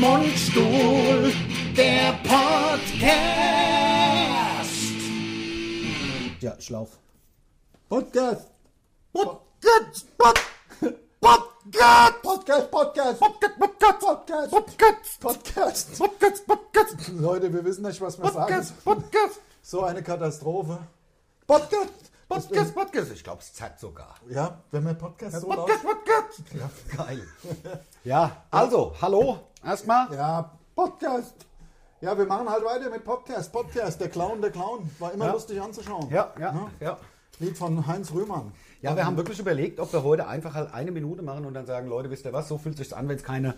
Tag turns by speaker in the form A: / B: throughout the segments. A: Mundstuhl, der Podcast.
B: Ja, Schlauf.
C: Podcast.
A: Podcast, Podcast,
C: Podcast, Podcast.
A: Podcast,
C: Podcast.
A: Podcast,
C: Podcast.
A: Podcast, Podcast,
C: Leute, wir wissen nicht, was wir sagen.
A: Podcast, Podcast,
C: So eine Katastrophe. Podcast.
A: Podcast, Podcast. Ich glaube, es zeigt sogar.
C: Ja, wenn wir Podcast so laut.
A: Podcast, Podcast. Ja, geil.
B: Ja,
A: Also, hallo, erstmal.
C: Ja, Podcast. Ja, wir machen halt weiter mit Podcast. Podcast. Der Clown, der Clown. War immer lustig anzuschauen. Ne?
A: Ja, ja, ja.
C: Lied von Heinz Rühmann.
A: Ja,
C: Ähm.
A: wir haben wirklich überlegt, ob wir heute einfach halt eine Minute machen und dann sagen, Leute, wisst ihr was, so fühlt sich's an, wenn es keine,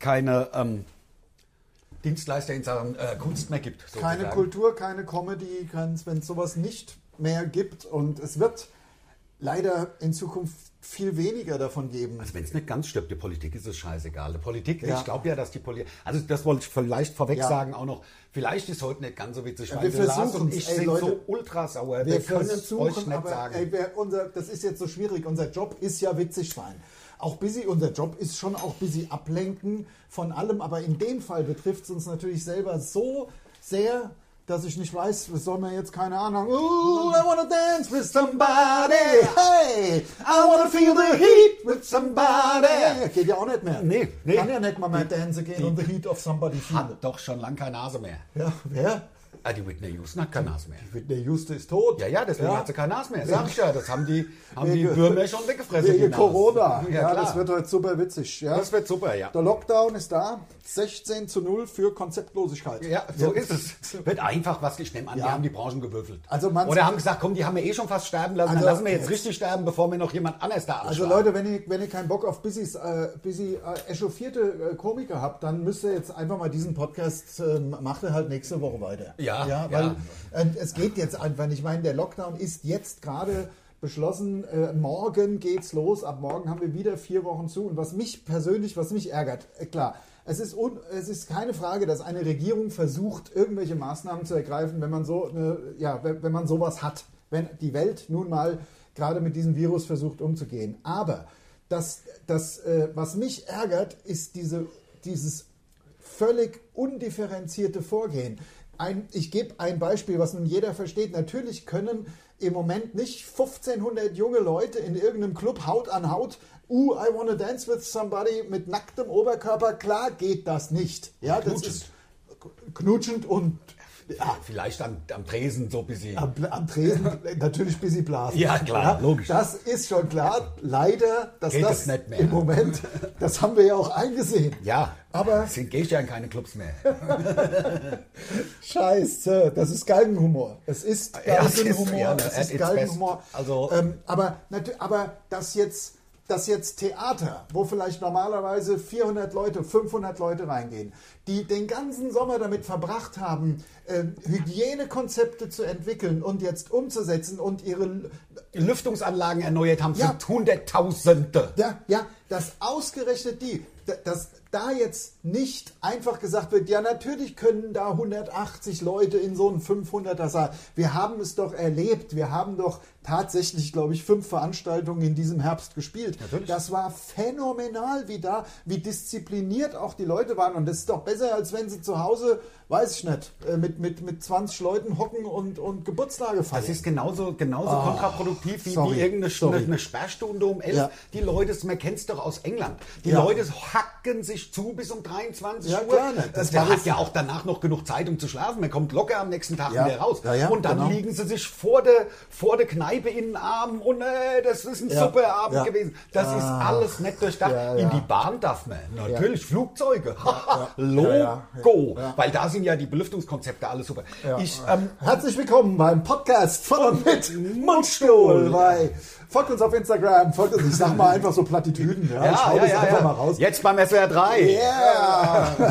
A: keine ähm, Dienstleister in Sachen äh, Kunst mehr gibt.
C: Keine
A: sozusagen.
C: Kultur, keine Comedy, wenn es sowas nicht mehr gibt. Und es wird leider in Zukunft viel weniger davon geben.
A: Also wenn es nicht ganz stirbt, die Politik ist es scheißegal. Die Politik,
C: Ja.
A: ich glaube ja, dass die Politik, also das wollte ich vielleicht vorweg
C: Ja.
A: sagen auch noch, vielleicht ist heute nicht ganz so witzig, weil
C: wir
A: der Lars und
C: versuchen's.
A: ich
C: Ey,
A: sind
C: Leute,
A: so ultra sauer. Wir,
C: Wir
A: können es
C: versuchen,
A: euch nicht
C: aber,
A: sagen.
C: Ey, wer, unser, das ist jetzt so schwierig. Unser Job ist ja witzig sein. Auch busy, unser Job ist schon auch busy ablenken von allem, aber in dem Fall betrifft es uns natürlich selber so sehr, dass ich nicht weiß, was soll man jetzt, keine Ahnung. Ooh, I wanna dance with somebody. Hey, I wanna feel the heat with somebody. Geht ja auch nicht mehr.
A: Nee, nee.
C: Kann ja nicht mal mehr dancen gehen und the heat of somebody feel.
A: hat doch schon lang keine Nase mehr.
C: Ja, wer?
A: Ah, die Whitney Houston hat keine Nase mehr.
C: Der Juste ist tot.
A: Ja, ja, deswegen hat sie keine Nase mehr. Sag ich ja, das haben die, haben die
C: Wegen-
A: Würmer schon weggefressen. die
C: Wegen
A: Nase.
C: Corona.
A: Ja,
C: Ja,
A: klar.
C: das wird heute super witzig. Ja?
A: Das wird super, ja.
C: Der Lockdown ist da. 16 zu 0 für Konzeptlosigkeit.
A: Ja, so ist es. Wird einfach was, ich nehme an, die
C: Ja.
A: haben die Branchen gewürfelt.
C: Also man-
A: Oder haben gesagt, komm, die haben wir eh schon fast sterben lassen,
C: Also-
A: dann lassen wir jetzt richtig sterben, bevor mir noch jemand anders da
C: Also
A: abschlagen.
C: Leute, wenn ihr, wenn ihr keinen Bock auf Busys, äh, busy äh, echauffierte äh, Komiker habt, dann müsst ihr jetzt einfach mal diesen Podcast, äh, macht ihr halt nächste Woche weiter.
A: Ja,
C: ja.
A: ja.
C: Weil äh, es geht jetzt einfach nicht. Ich meine, der Lockdown ist jetzt gerade beschlossen. Äh, morgen geht's los. Ab morgen haben wir wieder vier Wochen zu. Und was mich persönlich, was mich ärgert, äh, klar, es ist, un, es ist keine Frage, dass eine Regierung versucht, irgendwelche Maßnahmen zu ergreifen, wenn man so eine, ja, wenn, wenn man sowas hat. Wenn die Welt nun mal gerade mit diesem Virus versucht umzugehen. Aber das, das äh, was mich ärgert, ist diese, dieses völlig undifferenzierte Vorgehen. Ein, ich gebe ein Beispiel, was nun jeder versteht. Natürlich können im Moment nicht 1500 junge Leute in irgendeinem Club Haut an Haut, ooh, I wanna dance with somebody mit nacktem Oberkörper. Klar geht das nicht. Ja, das
A: Knutschend.
C: ist knutschend und ja,
A: Ah, Vielleicht am, am Tresen so ein bisschen.
C: am, am Tresen natürlich busy blasen.
A: Ja, klar, logisch.
C: Das ist schon klar. Leider, dass
A: Geht
C: das
A: es nicht mehr.
C: im Moment, das haben wir ja auch eingesehen.
A: ja,
C: aber-
A: Deswegen gehe ich ja in keine Clubs mehr.
C: Scheiße, das ist Galgenhumor. Es ist
A: Ja, es ist-
C: Galgenhumor.
A: ja,
C: es
A: at
C: ist
A: its
C: Galgenhumor.
A: best. Also-
C: ähm, aber, natu- aber das jetzt, das jetzt Theater, wo vielleicht normalerweise 400 Leute, 500 Leute reingehen, die den ganzen Sommer damit verbracht haben, ähm, Hygienekonzepte zu entwickeln und jetzt umzusetzen und ihre
A: Die Lüftungsanlagen erneuert haben
C: Ja.
A: sind Hunderttausende.
C: ja, ja, dass ausgerechnet die, da- dass da jetzt nicht einfach gesagt wird, ja natürlich können da 180 Leute in so einen 500er Saal. Wir haben es doch erlebt, wir haben doch tatsächlich, glaube ich, fünf Veranstaltungen in diesem Herbst gespielt.
A: Natürlich.
C: Das war phänomenal, wie da, wie diszipliniert auch die Leute waren. Und das ist doch besser, als wenn sie zu Hause, weiß ich nicht, äh, mit, mit, mit 20 Leuten hocken und, und Geburtstage feiern.
A: Das ist genauso, genauso kontraproduktiv wie,
C: Ah, sorry,
A: wie irgendeine
C: sorry.
A: Eine, eine Sperrstunde um 11.
C: Ja.
A: Die Leute, man kennt es doch aus England, die
C: Ja.
A: Leute hacken sich zu bis um 23
C: Ja,
A: Uhr.
C: klar, ne? Das
A: der
C: war
A: hat
C: das-
A: ja auch danach noch genug Zeit, um zu schlafen. Man kommt locker am nächsten Tag
C: Ja.
A: wieder raus.
C: Ja, ja,
A: und dann
C: genau.
A: liegen sie sich vor der, vor der Kneipe in den Armen und äh, das ist ein
C: Ja.
A: super Abend
C: Ja.
A: gewesen. Das ist
C: Ach.
A: alles nicht durchdacht.
C: Ja,
A: In
C: ja.
A: die Bahn darf man. Natürlich, Flugzeuge. Logo.
C: Ja, ja, ja. Ja.
A: Weil da sind ja die Belüftungskonzepte alles super. Ich, ähm,
C: Herzlich willkommen beim Podcast von und mit Mundstuhl. Bei. Folgt uns auf Instagram, folgt uns, ich sag mal einfach so Plattitüden, ja, ich hau das einfach mal raus.
A: Jetzt beim SWR 3.
C: Yeah.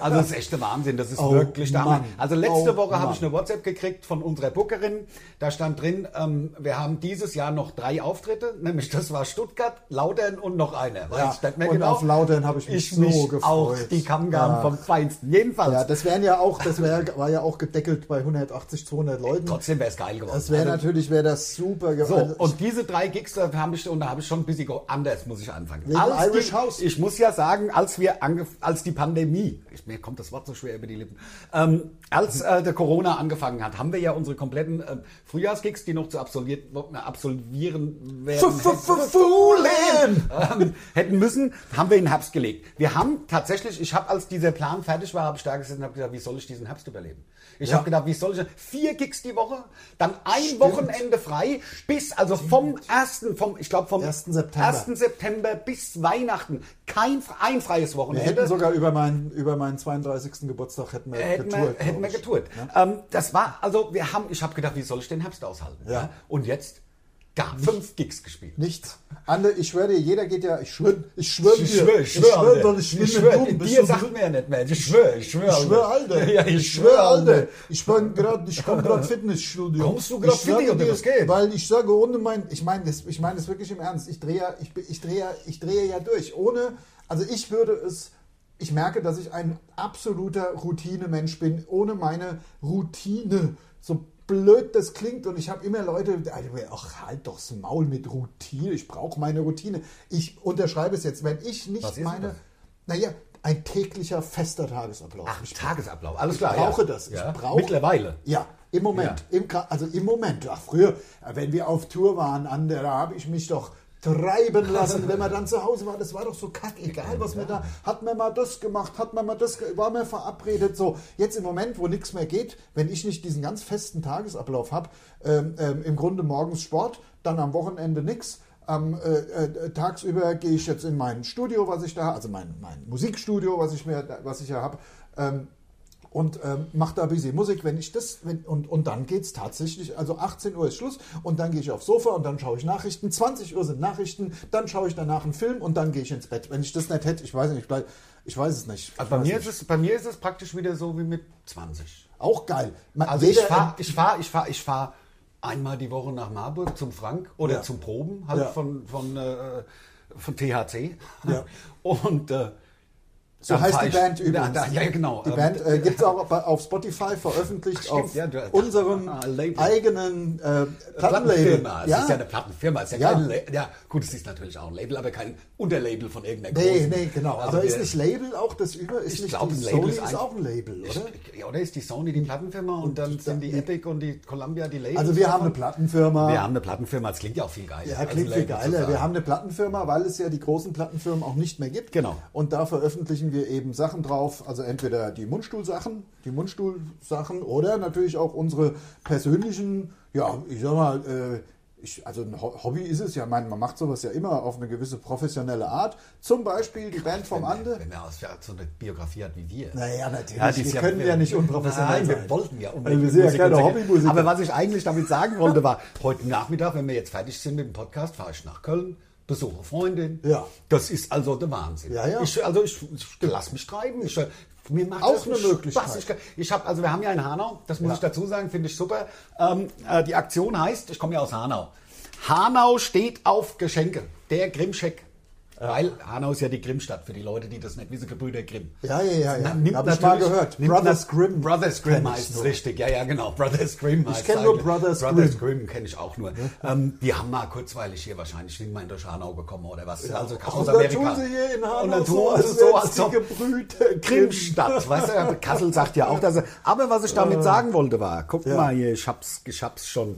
A: Also das ist echte Wahnsinn, das ist
C: Oh,
A: wirklich der Hammer.
C: Mann.
A: Also letzte
C: Oh,
A: Woche habe ich
C: Mann.
A: eine WhatsApp gekriegt von unserer Bookerin. Da stand drin, ähm, wir haben dieses Jahr noch drei Auftritte, nämlich das war Stuttgart, Lautern und noch eine. Weiß
C: Ja,
A: ich nicht mehr
C: und
A: genau.
C: auf Lautern habe ich mich so gefreut.
A: Auch die Kammgarten
C: Ach.
A: vom Feinsten. Jedenfalls.
C: Ja, das wären ja auch, das wär, war ja auch gedeckelt bei 180, 200 Leuten.
A: Trotzdem wäre es geil geworden.
C: Das wäre
A: Also,
C: natürlich, wäre das super
A: so,
C: gewesen.
A: und diese drei drei Gigs, da habe ich, und da habe ich schon ein bisschen go- anders, muss ich anfangen.
C: Wegen Irish
A: die,
C: House.
A: Ich muss ja sagen, als wir angef als die Pandemie, ich, mir kommt das Wort so schwer über die Lippen, ähm, als äh, der Corona angefangen hat, haben wir ja unsere kompletten äh, Frühjahrsgigs, die noch zu absolviert, absolvieren werden.
C: Fooling!
A: ähm, hätten müssen, haben wir in den Herbst gelegt. Wir haben tatsächlich, ich habe, als dieser Plan fertig war, habe ich da gesessen und habe gedacht, wie soll ich diesen Herbst überleben? Ich habe gedacht, wie soll ich vier Gigs die Woche, dann ein Wochenende frei, bis also vom ersten, vom ich glaube vom
C: 1. September.
A: 1. September bis Weihnachten kein ein freies
C: Wir
A: Wochenende.
C: hätten sogar über meinen, über meinen 32. Geburtstag hätten wir
A: Hätten wir,
C: getourt.
A: hätten wir
C: glaub ich.
A: getourt. Ähm, das war, also wir haben, ich habe gedacht, wie soll ich den Herbst aushalten?
C: Ja.
A: Und jetzt gar fünf Gigs gespielt.
C: Nichts. Ander, ich schwöre dir, jeder geht ja, ich schwöre, ich schwöre dir.
A: Ich schwöre, ich schwöre,
C: schwör doch,
A: Alter.
C: ich
A: ich
C: schwöre,
A: schwöre,
C: dumm, bist
A: dir
C: du
A: sagt mir ja nicht mehr. Ich schwöre, ich schwöre.
C: Ich schwöre, Alter.
A: Ja, ich schwöre, Alter.
C: Ich bin gerade, ich komme gerade Fitnessstudio.
A: Kommst du grad
C: Ich sage
A: Fitness, oder
C: dir,
A: was geht?
C: Weil ich sage, ohne mein, ich meine das, ich meine das wirklich im Ernst. Ich drehe ja, ich, bin- ich drehe ja, ich drehe ja durch. Ohne, also ich würde es, ich merke, dass ich ein absoluter Routinemensch bin. Ohne meine Routine, so blöd das klingt und ich habe immer Leute, also, ach halt doch's Maul mit Routine. Ich brauche meine Routine. Ich unterschreibe es jetzt, wenn ich nicht
A: Was ist denn
C: meine,
A: das?
C: naja, ein täglicher fester Tagesablauf.
A: Ach, Tagesablauf, alles klar.
C: Ich brauche
A: ja.
C: das. Ich
A: ja.
C: brauche-
A: Mittlerweile.
C: Ja, im Moment. Im, Ka- also im Moment. Ach, früher, wenn wir auf Tour waren, an der, da habe ich mich doch treiben lassen, wenn man dann zu Hause war, das war doch so kackegal, was man da, hat man mal das gemacht, hat man mal das, ge- war man verabredet, so. Jetzt im Moment, wo nichts mehr geht, wenn ich nicht diesen ganz festen Tagesablauf habe, ähm, ähm, im Grunde morgens Sport, dann am Wochenende nichts, am, äh, äh, tagsüber gehe ich jetzt in mein Studio, was ich da, also mein, mein Musikstudio, was ich mir, was ich ja habe, ähm, und ähm, mache da ein bisschen Musik, wenn ich das, wenn, und, und dann geht es tatsächlich, also 18 Uhr ist Schluss und dann gehe ich aufs Sofa und dann schaue ich Nachrichten, 20 Uhr sind Nachrichten, dann schaue ich danach einen Film und dann gehe ich ins Bett. Wenn ich das nicht hätte, ich weiß nicht, ich, bleib, ich weiß es nicht.
A: Also bei,
C: Ich weiß
A: mir
C: nicht.
A: ist es, bei mir ist es praktisch wieder so wie mit 20.
C: auch geil. Man,
A: Also ich
C: jeder- äh,
A: fahre ich fahr, ich fahr, ich fahr einmal die Woche nach Marburg zum Frank oder
C: Ja.
A: zum Proben halt
C: Ja.
A: von, von, äh, von THC.
C: Ja.
A: Und äh,
C: so
A: dann
C: heißt
A: fahr
C: die
A: ich-
C: Band übrigens.
A: Ja, da- ja, genau.
C: Die
A: Ähm,
C: Band äh, gibt es auch bei, auf Spotify veröffentlicht,
A: Stimmt,
C: auf
A: ja, du-
C: unserem
A: Ah, Label.
C: eigenen äh, Plattenlabel.
A: Plattenfirma. Es ist ja eine Plattenfirma. Es ist ja,
C: Ja.
A: Kein La- ja, gut, es ist natürlich auch ein Label, aber kein Unterlabel von irgendeiner
C: Nee,
A: großen.
C: nee, genau.
A: Also
C: Aber ist
A: wir-
C: nicht Label auch das über? Ist
A: Ich
C: nicht
A: glaube,
C: die
A: ein Label
C: Sony
A: ist ein-
C: auch ein Label, oder?
A: Ich, ja, oder ist die Sony die Plattenfirma und, dann sind die Epic und die Columbia die Labels?
C: Also wir haben
A: davon?
C: eine
A: Wir
C: Plattenfirma.
A: haben Also eine Plattenfirma, das klingt ja auch viel geiler.
C: ja,
A: als
C: klingt
A: ein
C: viel
A: Label zu
C: geiler.
A: sagen.
C: Wir haben eine Plattenfirma, weil es ja die großen Plattenfirmen auch nicht mehr gibt.
A: Genau.
C: Und da veröffentlichen wir eben Sachen drauf, also entweder die Mundstuhl-Sachen, die Mundstuhl-Sachen oder natürlich auch unsere persönlichen, ja, ich sag mal, äh, ich, also ein Ho- Hobby ist es ja, ich meine, man macht sowas ja immer auf eine gewisse professionelle Art. Zum Beispiel die Band vom Ande.
A: Wenn man aus, ja, so eine Biografie hat wie wir.
C: Naja, natürlich.
A: Ja, die
C: wir
A: ist ja-
C: können ja, nicht unprofessionell
A: Nein,
C: sein.
A: wir wollten ja
C: Also wir sind ja keine
A: Musiker.
C: Hobbymusiker.
A: Aber was ich eigentlich damit sagen wollte, war, heute Nachmittag, wenn wir jetzt fertig sind mit dem Podcast, fahre ich nach Köln, besuche Freundin.
C: Ja.
A: Das ist also der Wahnsinn.
C: Ja, ja.
A: Ich, also ich, ich lasse mich treiben. Ich, mir macht
C: Auch
A: das
C: eine
A: Spaß.
C: Möglichkeit.
A: Ich, ich habe, also wir haben ja in Hanau, das muss
C: Ja.
A: ich dazu sagen, finde ich super. Ähm, äh, die Aktion heißt, ich komme ja aus Hanau. Hanau steht auf Geschenke. Der Grimmscheck. Weil Hanau ist ja die Grimmstadt für die Leute, die das nicht wissen, Gebrüder Grimm.
C: Ja, ja, ja, ja.
A: Na, nimmt
C: Hab ich mal
A: natürlich-
C: gehört.
A: nimmt
C: Brothers
A: na-
C: Grimm.
A: Brothers
C: Kenn
A: Grimm
C: ich
A: heißt es
C: nur.
A: richtig. Ja, ja, genau. Brothers Grimm heißt
C: kenn
A: es
C: nur
A: eigentlich.
C: Brothers
A: Brothers Grimm. kenne ich auch nur. Ähm, die haben mal kurzweilig hier wahrscheinlich sind mal in durch Hanau gekommen oder was. Also aus
C: Und dann
A: Amerika.
C: tun sie hier in
A: Und
C: Hanau
A: dann
C: so, als
A: tun sie so,
C: wären
A: als
C: sie
A: ob
C: gebrühte
A: Grimmstadt. weißt du, ja, Kassel sagt ja auch, dass er, Aber was ich damit sagen wollte war, guck
C: Ja.
A: mal hier, ich hab's, ich hab's schon.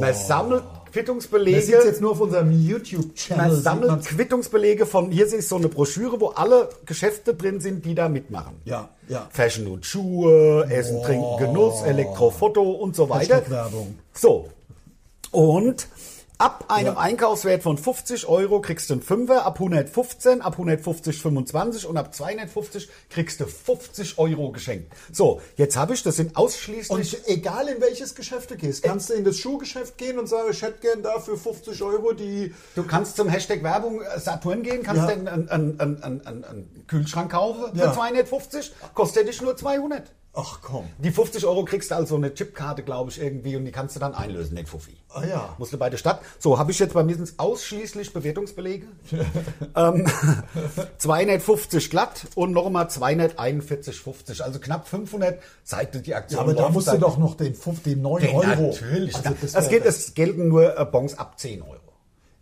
A: Man sammelt Quittungsbelege.
C: Das sieht jetzt nur auf unserem YouTube-Channel.
A: Man
C: sieht
A: sammelt
C: man's.
A: Quittungsbelege von, hier ist so eine Broschüre, wo alle Geschäfte drin sind, die da mitmachen.
C: Ja, ja.
A: Fashion und Schuhe, Essen, Trinken, Genuss, Elektrofoto und so weiter.
C: Hashtag-Werbung.
A: So. Und ab einem Einkaufswert von 50 Euro kriegst du einen Fünfer, ab 115, ab 150 25 und ab 250 kriegst du 50 Euro geschenkt. So, jetzt habe ich, das sind ausschließlich...
C: Und egal in welches Geschäft du gehst, kannst du in das Schuhgeschäft gehen und sagen, ich hätte gern dafür 50 Euro die.
A: Du kannst zum Hashtag Werbung äh, Saturn gehen, kannst
C: Ja.
A: dir einen, einen, einen, einen, einen, einen Kühlschrank kaufen
C: Ja.
A: für 250, kostet dich nur 200.
C: Ach komm.
A: Die 50 Euro kriegst du also eine Chipkarte, glaube ich, irgendwie und die kannst du dann einlösen, den Fuffi.
C: Ah ja.
A: Musst du bei der Stadt. So, habe ich jetzt bei mir sind's ausschließlich Bewertungsbelege. ähm, 250 glatt und nochmal 241,50. Also knapp 500, seit du die Aktion
C: aber da
A: läuft,
C: musst du
A: seit-
C: doch noch den, 5, den 9
A: den
C: Euro.
A: Natürlich.
C: Also
A: es,
C: das wär-
A: geht, es gelten nur äh, Bons ab 10 Euro.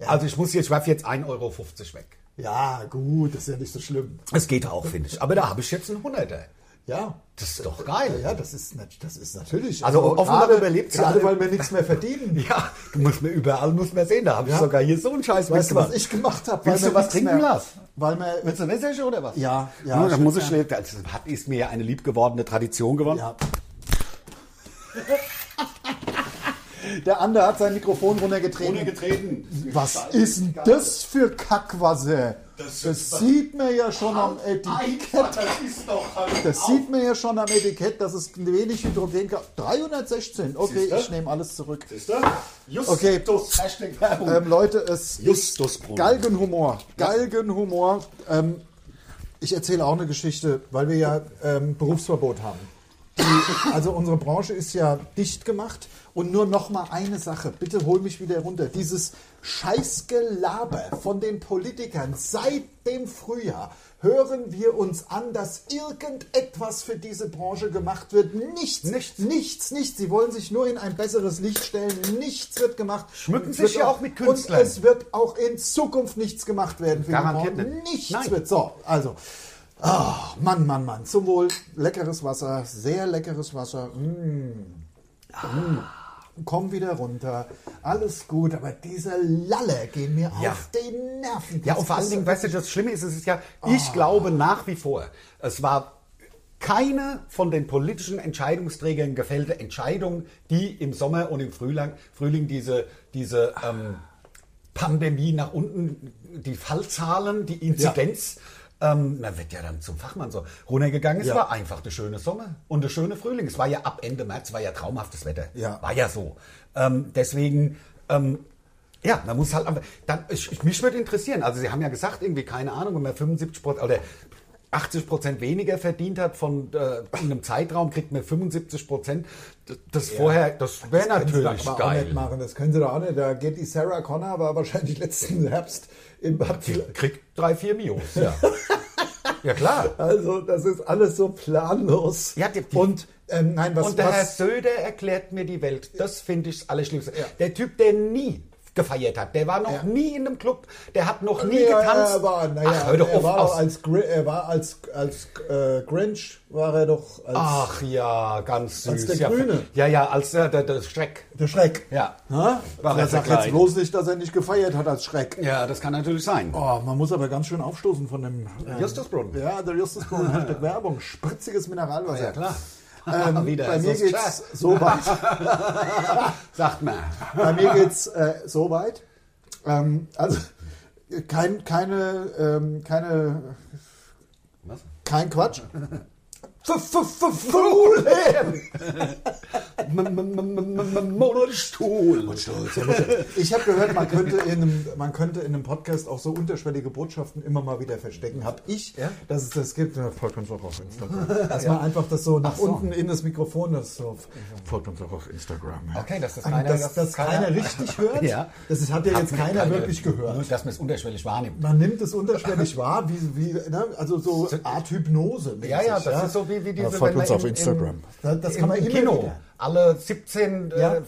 A: Also ich muss jetzt, ich werfe jetzt 1,50 Euro weg.
C: Ja, gut, das ist ja nicht so schlimm.
A: Es geht auch, finde ich. Aber da habe ich jetzt einen Hunderter.
C: Ja.
A: Das ist doch geil.
C: Ja, das ist, nat- das ist natürlich.
A: Also offenbar
C: gerade-
A: überlebt's
C: Gerade
A: gerade-
C: weil wir nichts mehr verdienen.
A: Ja, du musst mir überall muss man sehen. Da habe ich
C: Ja.
A: sogar hier so einen Scheiß
C: Weißt du, was
A: mitgemacht.
C: ich gemacht habe?
A: Willst du was trinken, Lars?
C: Weil wir.
A: Willst du Wässerchen oder was?
C: Ja, ja,
A: Nun, dann
C: schön,
A: muss ich
C: ja.
A: schnell. Das hat, ist mir ja eine liebgewordene Tradition geworden.
C: Ja. Der andere hat sein Mikrofon runtergetreten.
A: getreten.
C: Was ist denn das für Kackwasser? Das,
A: Das
C: sieht man ja schon am Etikett.
A: das ist doch. Halt
C: Das sieht man ja schon am Etikett, dass es wenig Hydrogen gab. 316. Okay,
A: Siehste?
C: ich nehme alles zurück.
A: Justus.
C: Okay.
A: Hashtag Werbung.
C: Ähm, Leute, es
A: Justus
C: ist Galgenhumor. Galgenhumor. Ähm, ich erzähle auch eine Geschichte, weil wir ja ähm, Berufsverbot haben. Die, also unsere Branche ist ja dicht gemacht. Und nur noch mal eine Sache, bitte hol mich wieder runter. Dieses Scheißgelaber von den Politikern seit dem Frühjahr hören wir uns an, dass irgendetwas für diese Branche gemacht wird. Nichts, nichts, nichts, nichts. Sie wollen sich nur in ein besseres Licht stellen. Nichts wird gemacht.
A: Schmücken
C: Es
A: sich
C: wird
A: ja
C: auch-
A: auch mit Künstlern.
C: Und es wird auch in Zukunft nichts gemacht werden. Für
A: Garantiert
C: die Branche.
A: nicht.
C: Nichts
A: Nein.
C: wird. So, also. Ah, Mann, Mann, Mann. Zum Wohl. Leckeres Wasser. Sehr leckeres Wasser. Mm.
A: Ah.
C: Mm. Komm wieder runter. Alles gut. Aber diese Lalle gehen mir
A: Ja.
C: auf die Nerven.
A: Ja, und vor allen Dingen, weißt du, das Ah. Schlimme ist, es ist ja, ich glaube nach wie vor, es war keine von den politischen Entscheidungsträgern gefällte Entscheidung, die im Sommer und im Frühling, Frühling diese, diese ähm, Pandemie nach unten, die Fallzahlen, die Inzidenz, ähm, man wird ja dann zum Fachmann so runtergegangen. Es
C: Ja.
A: war einfach der schöne Sommer und der schöne Frühling. Es war ja ab Ende März, war ja traumhaftes Wetter.
C: Ja.
A: War ja so. Ähm, deswegen, ähm, ja, man muss halt, aber dann, ich, ich, mich würde interessieren, also Sie haben ja gesagt, irgendwie, keine Ahnung, wenn man 75 Prozent oder 80 Prozent weniger verdient hat von äh, in einem Zeitraum, kriegt man 75 Prozent. Das vorher, das wäre natürlich
C: das Auch nicht
A: geil.
C: machen. Das können sie doch auch nicht. Da geht die Sarah Connor, war wahrscheinlich letzten Herbst im
A: Die kriegt drei, vier Mios, ja. ja, klar.
C: Also, das ist alles so planlos.
A: Ja, die- die-
C: und ähm, nein, was,
A: Und der Herr
C: was
A: Söder erklärt mir die Welt. Das finde ich das Allerschlimmste. Der Typ, der nie gefeiert hat, der war noch
C: Ja.
A: nie in einem Club, der hat noch nie
C: Ja,
A: getanzt.
C: Er war, naja,
A: Ach, hör doch
C: er
A: auf.
C: war
A: aus.
C: doch als, Gr- er war als, als äh, Grinch, war er doch als
A: Ach ja, ganz süß.
C: Als der
A: ja,
C: Grüne.
A: Ja, ja, als äh, der, der Schreck.
C: der Schreck.
A: Ja.
C: Ha?
A: War
C: er
A: er
C: sagt
A: sehr
C: jetzt
A: klein.
C: bloß nicht, dass er nicht gefeiert hat als Schreck.
A: Ja, das kann natürlich sein.
C: Oh, man muss aber ganz schön aufstoßen von dem. ähm,
A: Justusbrunnen.
C: Ja, der Justusbrunnen, Hashtag Werbung. Spritziges Mineralwasser.
A: Ja, klar.
C: Ähm,
A: Wieder
C: bei
A: ist
C: mir
A: das
C: geht's
A: klar.
C: so weit.
A: Sagt man.
C: Bei mir geht's äh, so weit. Ähm, also kein, keine, ähm, keine,
A: Was?
C: kein Quatsch. Fohlen!
A: Monostuhl.
C: Ich habe gehört, man könnte, in einem, man könnte in einem Podcast auch so unterschwellige Botschaften immer mal wieder verstecken. Hab ich,
A: Ja?
C: dass es das gibt. Ja, folgt uns auch auf Instagram. Dass man einfach das so nach unten in das Mikrofon, das so folgt uns auch auf Instagram.
A: Okay, dass das
C: Und
A: keiner-
C: dass,
A: dass
C: das
A: das
C: keiner
A: keiner-
C: richtig hört.
A: Ja.
C: Das hat ja jetzt keiner wirklich gehört.
A: Nur, dass man es unterschwellig wahrnimmt.
C: Man nimmt es unterschwellig wahr, wie, wie ne? also so Art Hypnose.
A: Ja, ja, das ist so wie, wie diese... wenn man im- im-
C: Das, das
A: im
C: kann man immer
A: Kino.
C: wieder.
A: Alle 17
C: Ja.
A: äh,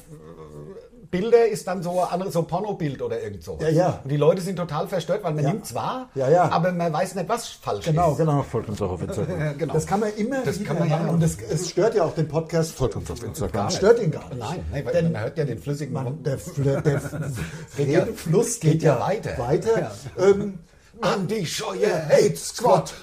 A: Bilder ist dann so ein anderes, so ein Pornobild oder irgend sowas.
C: Ja, ja.
A: Und die Leute sind total verstört, weil man
C: Ja.
A: nimmt's wahr,
C: Ja, ja.
A: aber man weiß nicht, was falsch
C: Genau,
A: ist.
C: genau.
B: Folgt uns auch auf Instagram.
A: Äh, genau.
C: Das kann man immer
A: Das
C: wieder
A: kann man ja
C: machen.
A: auch.
C: Und das, es stört ja auch den Podcast. Folgt uns auf
A: Gar
C: Instagram.
A: nicht.
C: Stört ihn gar nicht.
A: Nein, nein weil
C: Denn
A: man hört ja den flüssigen
C: man,
A: Mund.
C: der, der, der
A: Geht ja-
C: Redefluss geht,
A: geht
C: ja,
A: ja weiter.
C: weiter.
A: Ja.
C: Ähm,
A: Andi Scheuer Hate Squad.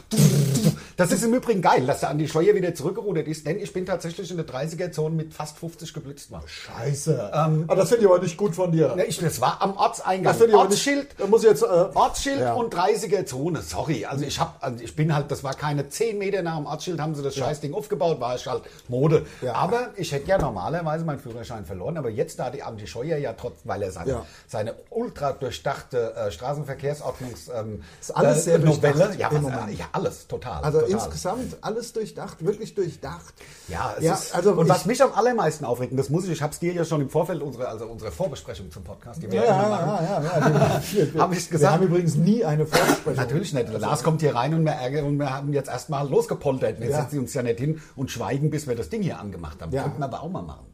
A: Das ist im Übrigen geil, dass der Andi Scheuer wieder zurückgerudert ist, denn ich bin tatsächlich in der 30er-Zone mit fast 50 geblitzt worden.
C: Oh, scheiße.
A: Ähm,
C: Aber das finde ich aber nicht gut von dir.
A: Ne, Ich, das war am Ortseingang.
C: Das finde ich aber nicht-
A: Ortsschild,
C: Da muss ich jetzt. Äh,
A: Ortsschild
C: Ja.
A: und 30er-Zone, sorry. Also ich, hab, also ich bin halt, das war keine 10 Meter nach dem Ortsschild, haben sie das Scheißding aufgebaut, war ich halt Mode.
C: Ja.
A: Aber ich hätte ja normalerweise meinen Führerschein verloren, aber jetzt, da die Andi Scheuer ja trotz, weil er seine,
C: Ja.
A: seine ultra durchdachte äh, Straßenverkehrsordnungs... Ähm,
C: Ist alles sehr durchdacht
A: Novelle, ja,
C: im
A: was, äh,
C: Moment.
A: ja, alles, total.
C: also
A: total.
C: insgesamt alles durchdacht, wirklich durchdacht.
A: Ja, es ist,
C: also
A: und
C: ich-
A: was mich am allermeisten aufregt, und das muss ich, ich habe es dir ja schon im Vorfeld unserer, also unserer Vorbesprechung zum Podcast, die wir
C: Ja,
A: ja immer
C: ja,
A: machen,
C: ja, ja. Wir, wir,
A: Hab ich
C: Wir
A: gesagt.
C: haben übrigens nie eine Vorbesprechung.
A: Natürlich nicht. Lars kommt hier rein und wir ärgern und wir haben jetzt erstmal losgepoltert. Wir
C: Ja.
A: setzen uns ja nicht hin und schweigen, bis wir das Ding hier angemacht haben.
C: Ja.
A: Könnten wir aber auch mal machen.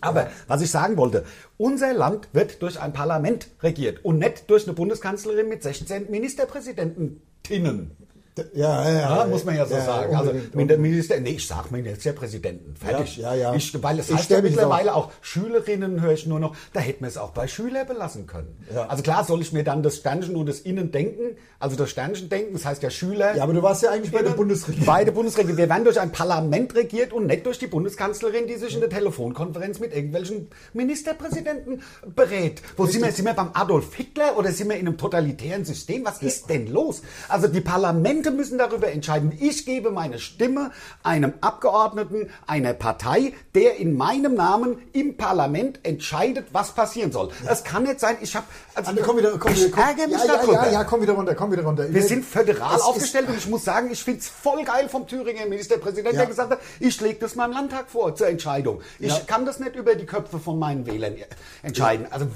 A: Aber was ich sagen wollte, unser Land wird durch ein Parlament regiert und nicht durch eine Bundeskanzlerin mit 16 Ministerpräsidententinnen.
C: Ja, Äh, ja,
A: Ja, muss man ja so sagen. Also
C: unbedingt.
A: mit der Minister, nee, ich sag Ministerpräsidenten. Fertig.
C: Ja, ja, ja.
A: Ich, weil es
C: Ich
A: heißt ja
C: stell mich
A: mittlerweile auch Schülerinnen höre ich nur noch, da hätten wir es auch bei Schüler belassen können.
C: Ja.
A: Also klar soll ich mir dann das Sternchen und das Innen denken, also das Sternchen denken, das heißt ja Schüler.
C: ja, aber du warst ja eigentlich bei der Bundesregierung.
A: Beide Bundesregierung. Wir werden durch ein Parlament regiert und nicht durch die Bundeskanzlerin, die sich in der Telefonkonferenz mit irgendwelchen Ministerpräsidenten berät. Wo sind wir? Sind wir beim Adolf Hitler oder sind wir in einem totalitären System? Was ist denn los? Also die Parlamente müssen darüber entscheiden. Ich gebe meine Stimme einem Abgeordneten einer Partei, der in meinem Namen im Parlament entscheidet, was passieren soll. Das kann nicht sein. Ich habe also
C: Anne, Ah, komm wieder, komm
A: ich
C: wieder, komm.
A: ärgere mich
C: ja, ja,
A: darüber.
C: Ja, ja, komm wieder runter, komm wieder runter.
A: Wir sind föderal
C: Es ist-
A: aufgestellt und ich muss sagen, ich finde es voll geil vom Thüringer Ministerpräsident, der
C: Ja.
A: gesagt hat, ich lege das meinem Landtag vor zur Entscheidung. Ich
C: Ja.
A: kann das nicht über die Köpfe von meinen Wählern entscheiden. Also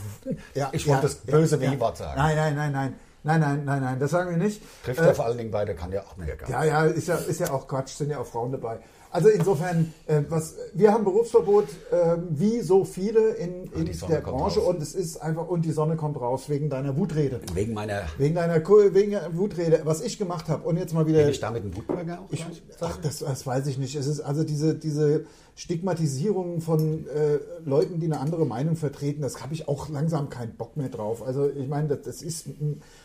C: Ja,
A: ich wollte das
C: ja,
A: böse
C: ja,
A: W-Wort
C: ja.
A: sagen.
C: Nein, nein, nein, nein. Nein, nein, nein, nein, das sagen wir nicht. Äh,
A: Trifft ja vor allen Dingen beide, kann ja auch mehr egal.
C: Ja, ja, ist ja, ist ja auch Quatsch, sind ja auch Frauen dabei. Also insofern, äh, was, wir haben Berufsverbot, äh, wie so viele in, in
A: Ah, die Sonne
C: der
A: kommt
C: Branche
A: raus.
C: und es ist einfach, und die Sonne kommt raus wegen deiner Wutrede.
A: Wegen meiner,
C: Wegen deiner, Ku- wegen der Wutrede, was ich gemacht habe und jetzt mal wieder...
A: bin ich damit ein Wutbürger auch? gleich?
C: Ach, das, das weiß ich nicht. Es ist also diese, diese Stigmatisierung von äh, Leuten, die eine andere Meinung vertreten, das habe ich auch langsam keinen Bock mehr drauf. Also ich meine, das, das, ist,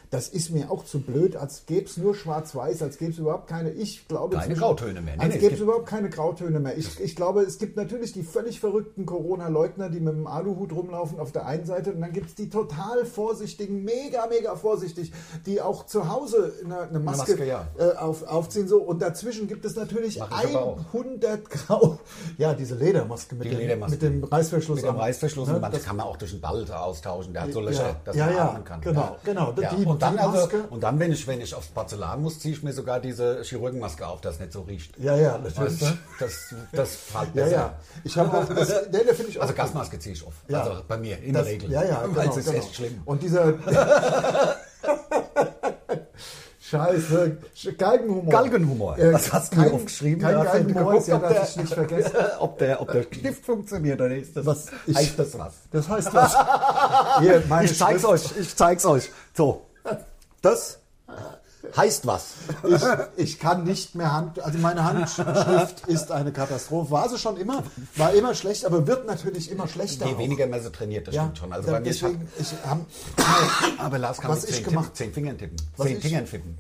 C: das ist mir auch zu blöd, als gäbe es nur Schwarz-Weiß, als gäbe es überhaupt keine, ich glaube...
A: Keine
C: inzwischen-
A: Grautöne mehr. Nee, nee,
C: als
A: es
C: gäbe es
A: gibt-
C: überhaupt keine Grautöne mehr. Ich, ich glaube, es gibt natürlich die völlig verrückten Corona-Leugner, die mit dem Aluhut rumlaufen auf der einen Seite und dann gibt es die total vorsichtigen, mega, mega vorsichtig, die auch zu Hause eine, eine Maske,
A: Maske, ja.
C: äh, auf, aufziehen so und dazwischen gibt es natürlich
A: Mach ich aber auch.
C: 100 Grau. Ja, diese Ledermaske mit,
A: Die
C: dem,
A: Ledermaske.
C: mit dem Reißverschluss.
A: Mit dem
C: am-
A: Reißverschluss
C: Ne,
A: und manche
C: das-
A: kann man auch durch den Ball austauschen. Der hat so
C: Ja,
A: Löcher, dass
C: ja,
A: man
C: ja,
A: atmen kann.
C: genau,
A: ja.
C: genau.
A: Ja.
C: Die-
A: und, dann
C: die
A: also,
C: Maske-
A: und dann, wenn ich, wenn ich aufs Porzellan muss, ziehe ich mir sogar diese Chirurgenmaske auf, dass es nicht so riecht.
C: Ja, ja,
A: Weißt
C: natürlich. ne?
A: du? Das, das fällt
C: Ja,
A: besser.
C: ja. Ich habe auch. Das, nee, der finde ich auch.
A: Also
C: gut.
A: Gasmaske ziehe ich auf.
C: Ja.
A: Also bei mir, in
C: Das-
A: der Regel.
C: Ja, ja, genau,
A: Weil es ist echt schlimm.
C: Und dieser. Scheiße, Sch- Galgenhumor.
A: Galgenhumor.
C: Äh,
A: Was hast du
C: kein-
A: mir aufgeschrieben?
C: Kein
A: Da hast du
C: Galgenhumor
A: geguckt,
C: ist ja,
A: ob
C: dass ich nicht vergesse.
A: der, ob, der, ob der Stift funktioniert oder ist das,
C: Was? Ich-
A: heißt das was?
C: Das heißt was? Hier, meine
A: Ich zeig's
C: Schrift-
A: euch, ich zeig's euch. So, das heißt was.
C: Ich, ich kann nicht mehr Hand, also meine Handschrift ist eine Katastrophe. War sie schon immer, war immer schlecht, aber wird natürlich immer schlechter.
A: Je
C: auch.
A: weniger Messe trainiert, das
C: Ja,
A: stimmt schon. Also bei mir, ich hab,
C: deswegen, ich hab,
A: aber Lars kann
C: Was
A: mit
C: ich
A: zehn,
C: gemacht-
A: Tipp- zehn Fingern tippen.
C: Was
A: zehn
C: ich-
A: Fingern tippen.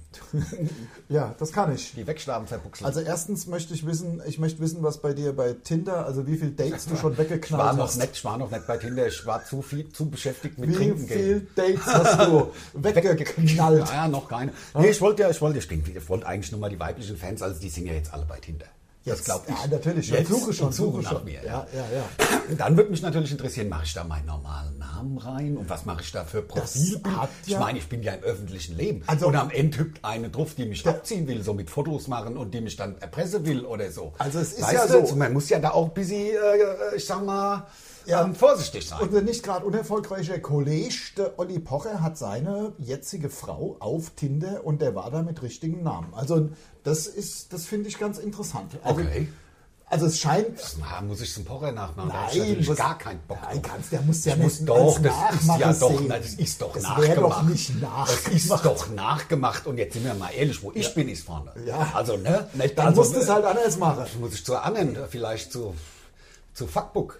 C: ja, das kann ich.
A: Die wegschlafen, verbuchseln.
C: Also erstens möchte ich wissen, ich möchte wissen, was bei dir bei Tinder, also wie viel Dates du schon
A: ich war
C: weggeknallt
A: noch
C: hast.
A: nicht, ich war noch nicht bei Tinder, ich war zu viel, zu beschäftigt mit
C: Wie
A: Trinken gehen.
C: viel Dates hast du weggeknallt?
A: Ja, ja, noch keine. Nee, ich wollte ja, ich wollte, ich, denke, ich wollte eigentlich nur mal die weiblichen Fans, also die sind ja jetzt alle bei Tinder. das
C: Jetzt-
A: glaube ich.
C: Ja, natürlich. Schon
A: Jetzt
C: suche schon,
A: und suche
C: suche
A: nach
C: schon.
A: mir.
C: Ja, ja, ja.
A: Dann würde mich natürlich interessieren, mache ich da meinen normalen Namen rein und was mache ich da für Profilbild?
C: hat
A: Ich
C: ja-
A: meine, ich bin ja im öffentlichen Leben.
C: Also-
A: und am Ende hüpft eine drauf, die mich abziehen will, so mit Fotos machen und die mich dann erpressen will oder so.
C: Also es ist
A: weißt
C: ja
A: du,
C: so-
A: Man muss ja da auch ein bisschen, äh, ich sag mal,
C: Ja.
A: ähm, vorsichtig sein.
C: Unser nicht gerade unerfolgreicher Kollege, der Olli Pocher, hat seine jetzige Frau auf Tinder und der war da mit richtigen Namen. Also das ist, das finde ich ganz interessant. Also,
A: Okay.
C: Also es scheint.
A: Na, muss ich zum Pocher nachmachen? da hab ich natürlich
C: was-
A: gar keinen Bock
C: Nein,
A: drauf.
C: kannst, der muss ja
A: Ich muss
C: nicht
A: doch,
C: als
A: das ist ja
C: Nachmache
A: doch,
C: sehen.
A: na, das ist doch
C: das wär
A: nachgemacht.
C: doch nicht nach.
A: Das ist doch nachgemacht. Und jetzt sind wir mal ehrlich, wo ich bin, ist vorne.
C: Ja.
A: Also, ne? Nicht
C: Dann
A: also,
C: musst du es halt anders machen.
A: Muss ich zu anderen, vielleicht zu, zu Fuckbook.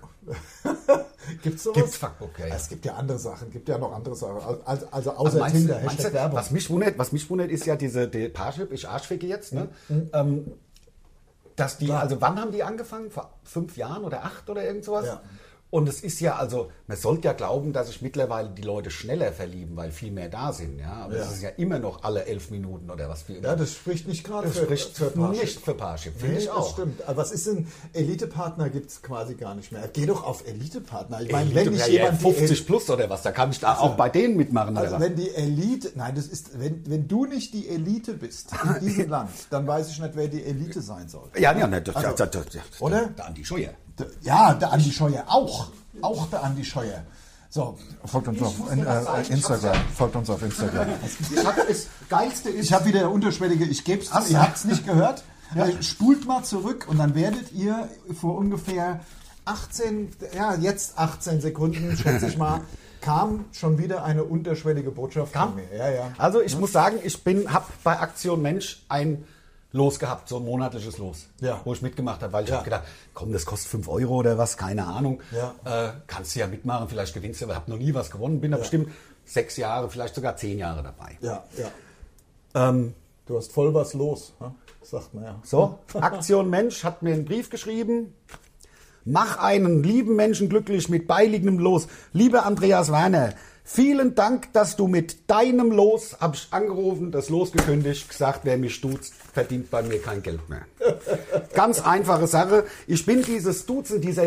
C: Gibt's sowas?
A: Gibt's Fuckbook, ja. ja.
C: Es gibt ja andere Sachen, gibt ja noch andere Sachen. Also, also,
A: Also
C: also außer
A: meinst
C: Tinder,
A: du, meinst
C: Hashtag
A: du,
C: Werbung.
A: was mich wundert, was mich wundert, ist ja diese die Parship, ich Arschficke jetzt, ne?
C: Mhm.
A: Ähm, dass die, also wann haben die angefangen? Vor fünf Jahren oder acht oder irgend sowas?
C: Ja.
A: Und es ist ja, also, man sollte ja glauben, dass sich mittlerweile die Leute schneller verlieben, weil viel mehr da sind, ja. Aber es
C: Ja.
A: ist ja immer noch alle elf Minuten oder was viel.
C: Ja, das spricht nicht gerade
A: das
C: für,
A: spricht
C: für Parship.
A: nicht für Parship, finde
C: Nee,
A: ich
C: Das
A: auch.
C: stimmt. Aber was ist denn? Elite-Partner gibt es quasi gar nicht mehr. Geh doch auf Elite-Partner. Ich meine,
A: Elite-
C: wenn nicht
A: ja, ja,
C: jemand die
A: 50 plus oder was, da kann ich da auch bei denen mitmachen.
C: Also
A: oder was?
C: wenn die Elite, nein, das ist, wenn, wenn du nicht die Elite bist in diesem Land, dann weiß ich nicht, wer die Elite sein soll.
A: ja, ja, ne, das,
C: Also,
A: das, das, das,
C: oder?
A: Der Andi Scheuer.
C: D- Ja, der Andi Scheuer auch. Auch der Andi Scheuer. So,
D: Folgt uns auf
A: dir was
D: äh,
A: sagen, ich
D: Instagram. Folgt uns auf Instagram.
C: ich hab, das Geilste ist, ich habe wieder unterschwellige, ich geb's, zu, ihr habt's nicht gehört. Äh, Spult mal zurück und dann werdet ihr vor ungefähr 18, ja, jetzt 18 Sekunden, schätze ich mal, kam schon wieder eine unterschwellige Botschaft kam? von mir. Ja, ja.
A: Also ich muss sagen, ich bin, habe bei Aktion Mensch ein Los gehabt, so ein monatliches Los,
C: Ja.
A: wo ich mitgemacht habe, weil ich habe gedacht, komm, das kostet 5 Euro oder was, keine Ahnung,
C: Ja.
A: äh, kannst du ja mitmachen, vielleicht gewinnst du, aber habe noch nie was gewonnen, bin da bestimmt sechs Jahre, vielleicht sogar zehn Jahre dabei.
C: Ja, ja.
A: Ähm,
C: Du hast voll was los, ne? sagt man ja.
A: so, Aktion Mensch hat mir einen Brief geschrieben. Mach einen lieben Menschen glücklich mit beiliegendem Los. Lieber Andreas Werner, vielen Dank, dass du mit deinem Los, hab ich angerufen, das Los gekündigt, gesagt, wer mich duzt, verdient bei mir kein Geld mehr. Ganz einfache Sache. Ich bin dieses Duzen, dieser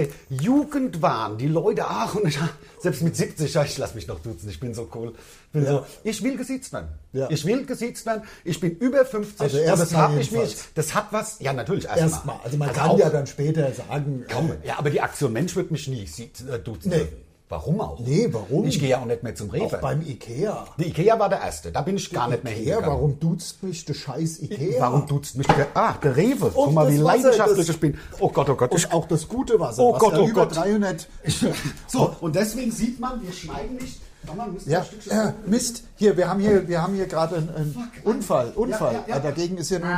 A: Jugendwahn. Die Leute, ach, und ich, selbst mit 70, ja, ich lass mich noch duzen, ich bin so cool. Bin so, ich will gesiezt werden.
C: Ja.
A: Ich will gesiezt werden. Ich bin über 50
C: Also
A: und das
C: erstmal
A: habe ich mich,
C: jedenfalls.
A: das hat was, ja natürlich, erstmal.
C: Erstmal, also man kann
A: auch-
C: ja dann später sagen, äh,
A: Komm, ja, aber die Aktion Mensch wird mich nie sie- äh, duzen.
C: Nee.
A: dürfen. Warum auch?
C: Nee, warum?
A: Ich gehe ja auch nicht mehr zum
C: äh, auch
A: Rewe.
C: beim Ikea.
A: Die Ikea war der Erste, da bin ich gar nicht mehr
C: Ikea,
A: hingegangen.
C: warum duzt mich der scheiß Ikea?
A: Warum duzt mich der, ah, der Rewe. Guck
C: Und
A: mal, wie
C: das Wasser,
A: leidenschaftlich
C: das-
A: ich bin. Oh Gott, oh Gott. ich-
C: Und auch das gute Wasser,
A: Oh
C: was
A: Gott,
C: da
A: oh
C: über
A: Gott.
C: 300...
A: So, und deswegen sieht man, wir schneiden nicht. Sondern müssen
C: Ja,
A: ein Stückchen
C: äh, Mist, hier, wir haben hier, wir haben hier gerade einen, einen Unfall, Unfall.
A: ja, ja.
C: Aber Dagegen ist hier nun...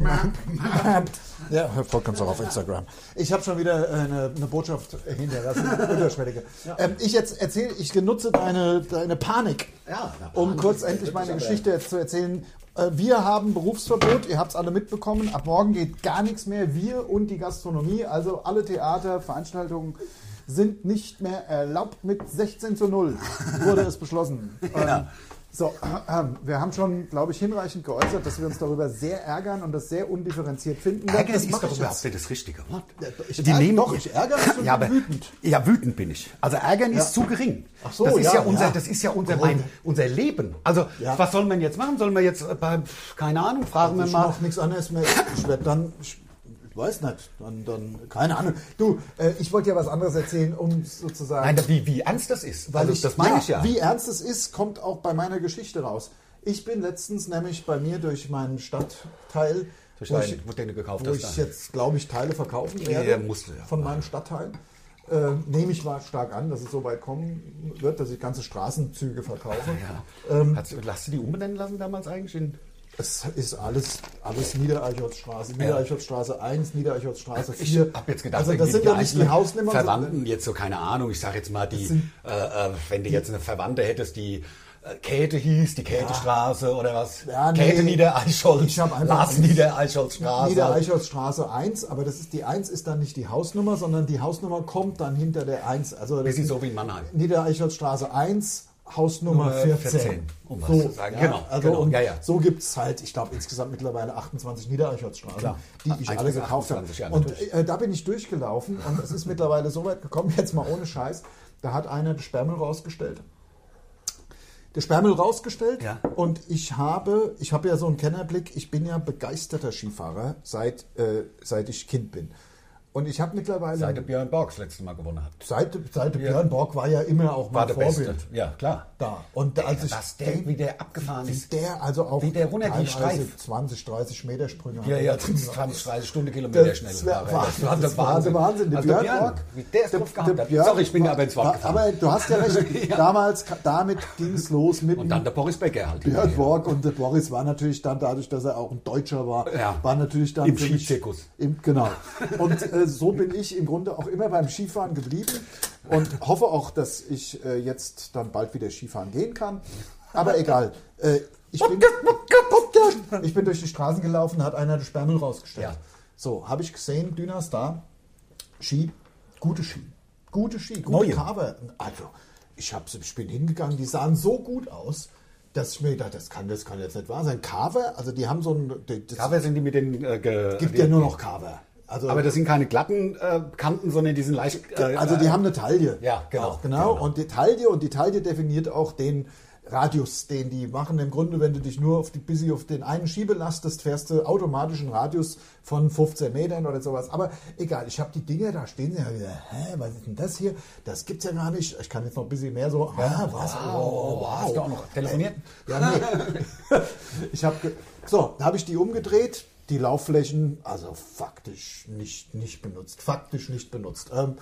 C: Ja,
D: Ja, folgt uns auch auf Instagram.
C: Ich habe schon wieder äh, eine, eine Botschaft hinterlassen, eine unterschwellige. Ähm, ich jetzt erzähle, ich genutze deine, deine Panik,
A: Ja, na,
C: um
A: Panik
C: kurz
A: ist
C: endlich
A: wirklich,
C: meine
A: aber-
C: Geschichte jetzt zu erzählen. Äh, Wir haben Berufsverbot, ihr habt es alle mitbekommen. Ab morgen geht gar nichts mehr. Wir und die Gastronomie, also alle Theater, Veranstaltungen sind nicht mehr erlaubt. Mit 16 zu 0 wurde es beschlossen. Ähm, so, äh, äh, wir haben schon, glaube ich, hinreichend geäußert, dass wir uns darüber sehr ärgern und das sehr undifferenziert finden.
A: Ärger
C: Das
A: ist
C: mach
A: doch
C: ich
A: überhaupt nicht das richtige Wort.
C: ich ärgere- doch, ich ärgere mich und
A: ja,
C: bin
A: aber,
C: wütend.
A: Ja, wütend bin ich. Also ärgern ist zu gering.
C: Ach so,
A: das ist ja,
C: ja,
A: unser,
C: ja.
A: das ist ja unser, mein, unser Leben. Also
C: Ja. Also
A: was soll man jetzt machen? Soll man jetzt, äh, bei, pf, keine Ahnung, fragen wir
C: Ich
A: mal.
C: mach nichts anderes mehr. Ich werde dann. Ich weiß nicht. Dann, dann. Keine Ahnung. Du, äh, ich wollte ja was anderes erzählen, um sozusagen.
A: Nein, wie, wie ernst das ist. also, das meine ich ja.
C: Wie ernst es ist, kommt auch bei meiner Geschichte raus. Ich bin letztens nämlich bei mir durch meinen Stadtteil.
A: Durch
C: wo
A: deinen-
C: ich-
A: wo den du gekauft
C: Wo
A: hast,
C: ich
A: da.
C: jetzt, glaube ich, Teile verkaufen
A: ja,
C: werde.
A: musst du ja.
C: Von meinem Stadtteil. Äh, Nehme ich mal stark an, dass es so weit kommen wird, dass ich ganze Straßenzüge verkaufe.
A: ja. Hast, du- hast du die umbenennen lassen damals eigentlich? In,
C: Es ist alles, alles Niedereichholzstraße.
A: Ja.
C: Niedereichholzstraße 1, Niedereichholzstraße
A: ich
C: 4.
A: habe jetzt gedacht,
C: also das
A: irgendwie
C: sind ja nicht die
A: einzelnen
C: Hausnimmer.
A: Verwandten, jetzt so keine Ahnung, ich sage jetzt mal, die, äh, äh, wenn du jetzt eine Verwandte hättest, die äh, Käthe hieß, die Käthestraße oder was?
C: Ja, nee.
A: Käthe Niedereichholz,
C: Ich hab einfach-
A: Lars Niedereichholzstraße.
C: Niedereichholzstraße 1, aber das ist die 1 ist dann nicht die Hausnummer, sondern die Hausnummer kommt dann hinter der 1. Also das
A: Bisschen
C: ist
A: so wie in Mannheim.
C: Niedereichholzstraße 1, Hausnummer
A: Nummer
C: 14.
A: 14, um was zu sagen.
C: Ja,
A: Genau,
C: also
A: genau,
C: Und
A: ja, ja.
C: So gibt es halt, ich glaube, insgesamt mittlerweile 28 Niedereichholzstraßen,
A: Klar.
C: die ich
A: Eins
C: alle
A: bis
C: gekauft habe.
A: 28, ja,
C: und
A: natürlich.
C: äh, da bin ich durchgelaufen und es ist mittlerweile so weit gekommen, jetzt mal ohne Scheiß, da hat einer die Sperrmüll rausgestellt. Der Sperrmüll rausgestellt
A: Ja.
C: und ich habe, ich habe ja so einen Kennerblick, ich bin ja begeisterter Skifahrer, seit, äh, seit ich Kind bin. Und ich habe mittlerweile...
A: Seit der Björn Borgs letztes Mal gewonnen hat.
C: Seit, seit Björn Borg war ja immer auch
A: War
C: mein
A: der
C: Vorbild
A: Beste. Ja, klar.
C: da. Und da, als ich
A: Was der, wie der abgefahren
C: wie
A: ist.
C: der also auch
A: wie der runter ging,
C: teilweise
A: steif.
C: 20, 30 Meter Sprünge
A: Ja,
C: hat.
A: ja, 20, 30 Stunden Kilometer
C: Das
A: schnell.
C: wär- war-
A: das war
C: das
A: der
C: war
A: Wahnsinn.
C: der Wahnsinn. Der
A: Also der
C: Björn
A: Björn,
C: Borg-
A: wie der es
C: der-
A: drauf
C: der
A: gehabt hat.
C: Björn-
A: Sorry, ich bin aber ins Wort
C: War-
A: gefallen.
C: Aber du hast ja recht, damals, damit ging es los mit
A: Und
C: dem
A: dann der Boris Becker halt.
C: Björn Borg und der Boris war natürlich dann dadurch, dass er auch ein Deutscher war,
A: Ja.
C: war natürlich dann
A: Im
C: für mich-
A: Skizirkus.
C: Im, genau. Und äh, so bin ich im Grunde auch immer beim Skifahren geblieben und hoffe auch, dass ich äh, jetzt dann bald wieder Skifahren gehen kann. Aber egal. Äh, ich, bin, ich bin durch die Straßen gelaufen, hat einer die Sperrmüll rausgestellt.
A: Ja.
C: So, habe ich gesehen, Dünas da, Ski, gute Ski. Gute Ski, gute
A: Neue.
C: Cover. Also, ich, hab's, ich bin hingegangen, die sahen so gut aus, dass ich mir dachte, das kann, das kann jetzt nicht wahr sein. Carver, also die haben so ein. die- Das
A: Cover sind die mit den. Äh, ge-
C: gibt
A: die-
C: ja nur noch Carver. Also,
A: Aber das sind keine glatten äh, Kanten, sondern die sind leicht. Äh,
C: also die haben eine Taille.
A: Ja, genau,
C: Auch, genau.
A: genau.
C: Und die Taille und die Taille definiert auch den Radius, den die machen. Im Grunde, wenn du dich nur auf die, bis sie auf den einen Schiebe lastest, fährst du automatisch einen Radius von 15 Metern oder sowas. Aber egal, ich habe die Dinger da stehen. Ich hab gedacht, hä, was ist denn das hier? Das gibt's ja gar nicht. Ich kann jetzt noch ein bisschen mehr so. Ah, was? Oh, wow. Äh,
A: Hast du auch noch telefoniert?
C: Ja, nee. ich hab ge- so, da habe ich die umgedreht, die Laufflächen, also faktisch nicht, nicht benutzt, faktisch nicht benutzt, ähm,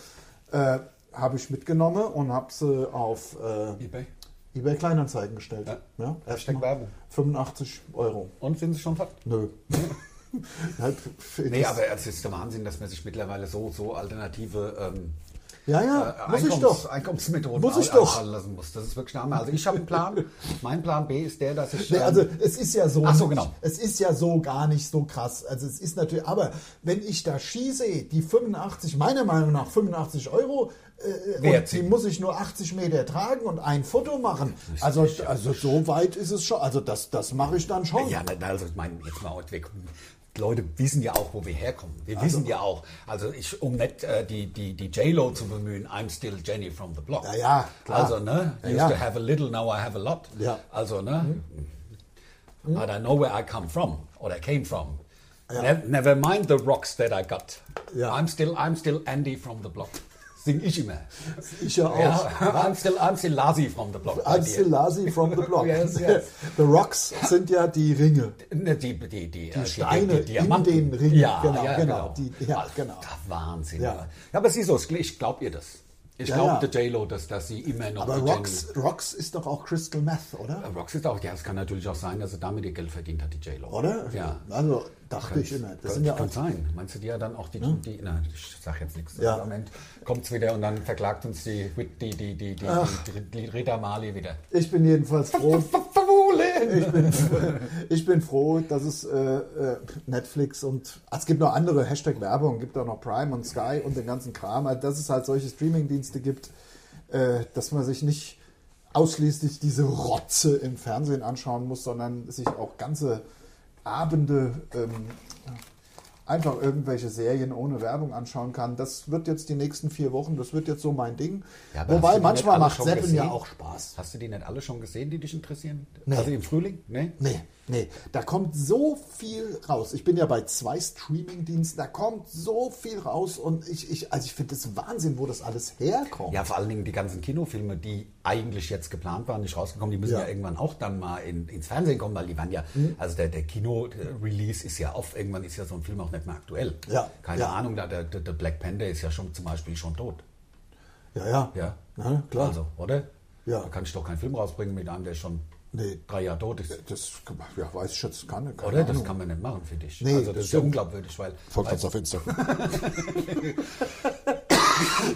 C: äh, habe ich mitgenommen und habe sie auf äh,
A: eBay.
C: eBay Kleinanzeigen gestellt.
A: Ja.
C: Ja,
A: Hashtag
C: erstmal
A: Werbung.
C: 85 Euro.
A: Und sind sie schon fast?
C: Nö. halt,
A: Nee, aber es ist der Wahnsinn, dass man sich mittlerweile so, so alternative ähm,
C: ja,
A: äh,
C: ja, muss ich
A: Einkommens-
C: doch.
A: Einkommensmethoden
C: Muss ich
A: an-
C: doch.
A: anfallen lassen muss. Das ist wirklich der Hammer. Also ich habe einen Plan. mein Plan B ist der, dass ich...
C: Nee,
A: ähm,
C: also es ist ja so,
A: Ach so, genau.
C: es ist ja so gar nicht so krass. Also es ist natürlich, aber wenn ich da schieße, die 85, meiner Meinung nach 85 Euro, äh,
A: Wert
C: und die
A: sind.
C: muss ich nur 80 Meter tragen und ein Foto machen. Also, also so weit ist es schon. Also das, das mache ich dann schon.
A: Ja, na, also ich meine, jetzt mal heute weg. Die Leute wissen ja auch, wo wir herkommen. Wir wissen ja auch, also ich, um nicht äh, die, die, die J-Lo zu bemühen, I'm still Jenny from the block.
C: Ja, ja, klar.
A: Also, ne? I
C: Ja,
A: used
C: ja.
A: to have a little, now I have a lot.
C: Ja. Mhm.
A: Also, ne? And I know where I come from, or I came from. Ne never mind the rocks that I got.
C: Ja.
A: I'm still, I'm still Andy from the block. Sing ich immer.
C: Ich ja auch.
A: Ja, I'm still, I'm still Lazi from the block. bei
C: Oh. I'm
A: dir.
C: still Lasi from the block.
A: Yes, yes.
C: The Rocks sind ja die Ringe.
A: Ne, Die, die, die, die, äh, die
C: Steine in
A: Diamanten.
C: den Ringen.
A: Ja,
C: Genau,
A: genau, ja,
C: genau.
A: genau.
C: Die- ja,
A: Alter,
C: genau.
A: Wahnsinn.
C: Ja.
A: Ja. aber es ist so, es- ich glaube ihr das. Ich
C: Ja,
A: glaube
C: ja.
A: der J-Lo, dass, dass sie immer noch...
C: Aber
A: die
C: Rocks, Rocks ist doch auch Crystal Meth, oder?
A: Jenny- Rocks ist auch, ja, es kann natürlich auch sein, dass sie damit ihr Geld verdient hat, die J-Lo.
C: Oder?
A: Ja.
C: Also dachte ich immer. Das sind ja
A: kann
C: auch
A: sein. Meinst du die ja dann auch die... die nein, ich sag jetzt nichts.
C: Ja.
A: Im Moment kommt es wieder und dann verklagt uns die, die, die, die, die, die, die Rita Marley wieder.
C: Ich bin jedenfalls froh.
A: Verwohlen!
C: Ich bin, ich bin froh, dass es äh, äh, Netflix und ah, es gibt noch andere Hashtag Werbung, gibt auch noch Prime und Sky und den ganzen Kram, also dass es halt solche Streamingdienste gibt, äh, dass man sich nicht ausschließlich diese Rotze im Fernsehen anschauen muss, sondern sich auch ganze Abende ähm, einfach irgendwelche Serien ohne Werbung anschauen kann. Das wird jetzt die nächsten vier Wochen, das wird jetzt so mein Ding.
A: Ja, aber hast
C: Wobei
A: du die nicht
C: manchmal
A: alle
C: macht
A: schon
C: Seppen ja
A: gesehen?
C: auch Spaß.
A: Hast du die nicht alle schon gesehen, die dich interessieren?
C: Nee.
A: Also im Frühling? Nee?
C: Nee, nee, da kommt so viel raus. Ich bin ja bei zwei Streaming-Diensten, da kommt so viel raus und ich, ich also ich finde das Wahnsinn, wo das alles herkommt.
A: Ja, vor allen Dingen die ganzen Kinofilme, die eigentlich jetzt geplant waren, nicht rausgekommen, die müssen
C: Ja. Mhm.
A: ja, irgendwann auch dann mal in, ins Fernsehen kommen, weil die waren ja, also der, der Kino-Release ist ja oft, irgendwann ist ja so ein Film auch nicht mehr aktuell.
C: Ja.
A: Keine
C: Ja.
A: Ahnung, da, der, der der Black Panther ist ja schon zum Beispiel schon tot.
C: ja. Ja,
A: Ja,
C: Na, klar.
A: Also, oder?
C: Ja.
A: Da kann ich doch keinen Film rausbringen mit einem, der schon
C: Nee.
A: drei Jahre tot ist.
C: Das ja, weiß ich jetzt gar nicht. Keine
A: Oder? Das
C: Ahnung.
A: kann man nicht machen, finde ich.
C: Nee,
A: also
C: das
A: das ist ja
C: stimmt.
A: unglaubwürdig, weil
D: Folgt uns auf Instagram.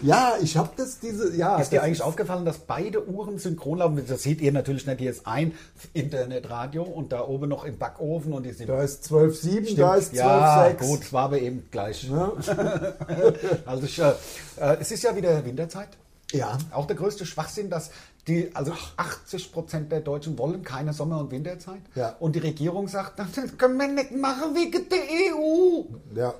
C: Ja, ich habe das, diese, ja.
A: Ist dir
C: das-
A: eigentlich aufgefallen, dass beide Uhren synchron laufen? Das seht ihr natürlich nicht. Hier ist ein Internetradio und da oben noch im Backofen und die sind.
C: da ist 12,7, da ist 12,6.
A: ja, gut, es war aber eben gleich. also ich, äh, äh, es ist ja wieder Winterzeit.
C: Ja.
A: Auch der größte Schwachsinn, dass die, also 80 Prozent der Deutschen wollen keine Sommer- und Winterzeit.
C: Ja.
A: Und die Regierung sagt, das können wir nicht machen wegen der EU.
C: Ja,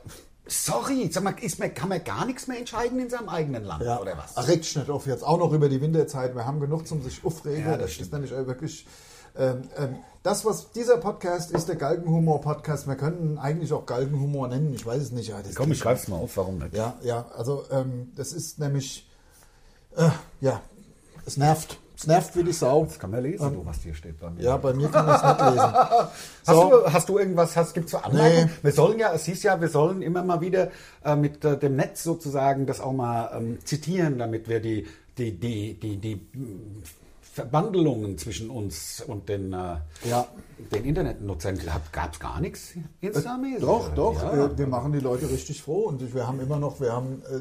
A: Sorry, sag mal, ist man, kann man gar nichts mehr entscheiden in seinem eigenen Land
C: ja. Also,
A: oder was?
C: Regt schnell auf jetzt auch noch über die Winterzeit. Wir haben genug zum sich aufregen.
A: Ja, das
C: ist
A: stimmt.
C: nämlich auch wirklich. Ähm, ähm, das, was dieser Podcast ist, der Galgenhumor-Podcast. Wir können ihn eigentlich auch Galgenhumor nennen. Ich weiß es nicht. Ja, das
A: Komm, ich schreib's mal auf, warum nicht?
C: ja, ja. Also ähm, das ist nämlich äh, ja, es nervt. Es nervt wie die Sau.
A: Das kann man lesen, du, was hier steht bei mir.
C: Ähm, Ja, bei mir kann man es nicht lesen.
A: Hast,
C: So.
A: du, hast du irgendwas, hast, gibt's so Anmerkungen?
C: Nee.
A: Wir sollen ja, es hieß ja, wir sollen immer mal wieder äh, mit äh, dem Netz sozusagen das auch mal ähm, zitieren, damit wir die, die, die, die, die mh, Verbandelungen zwischen uns und den, äh,
C: Ja. Äh,
A: den Internetnutzern, gab es gar nichts instamäßig.
C: Doch, doch.
A: Ja.
C: Äh, wir machen die Leute richtig froh und wir haben immer noch, wir haben äh,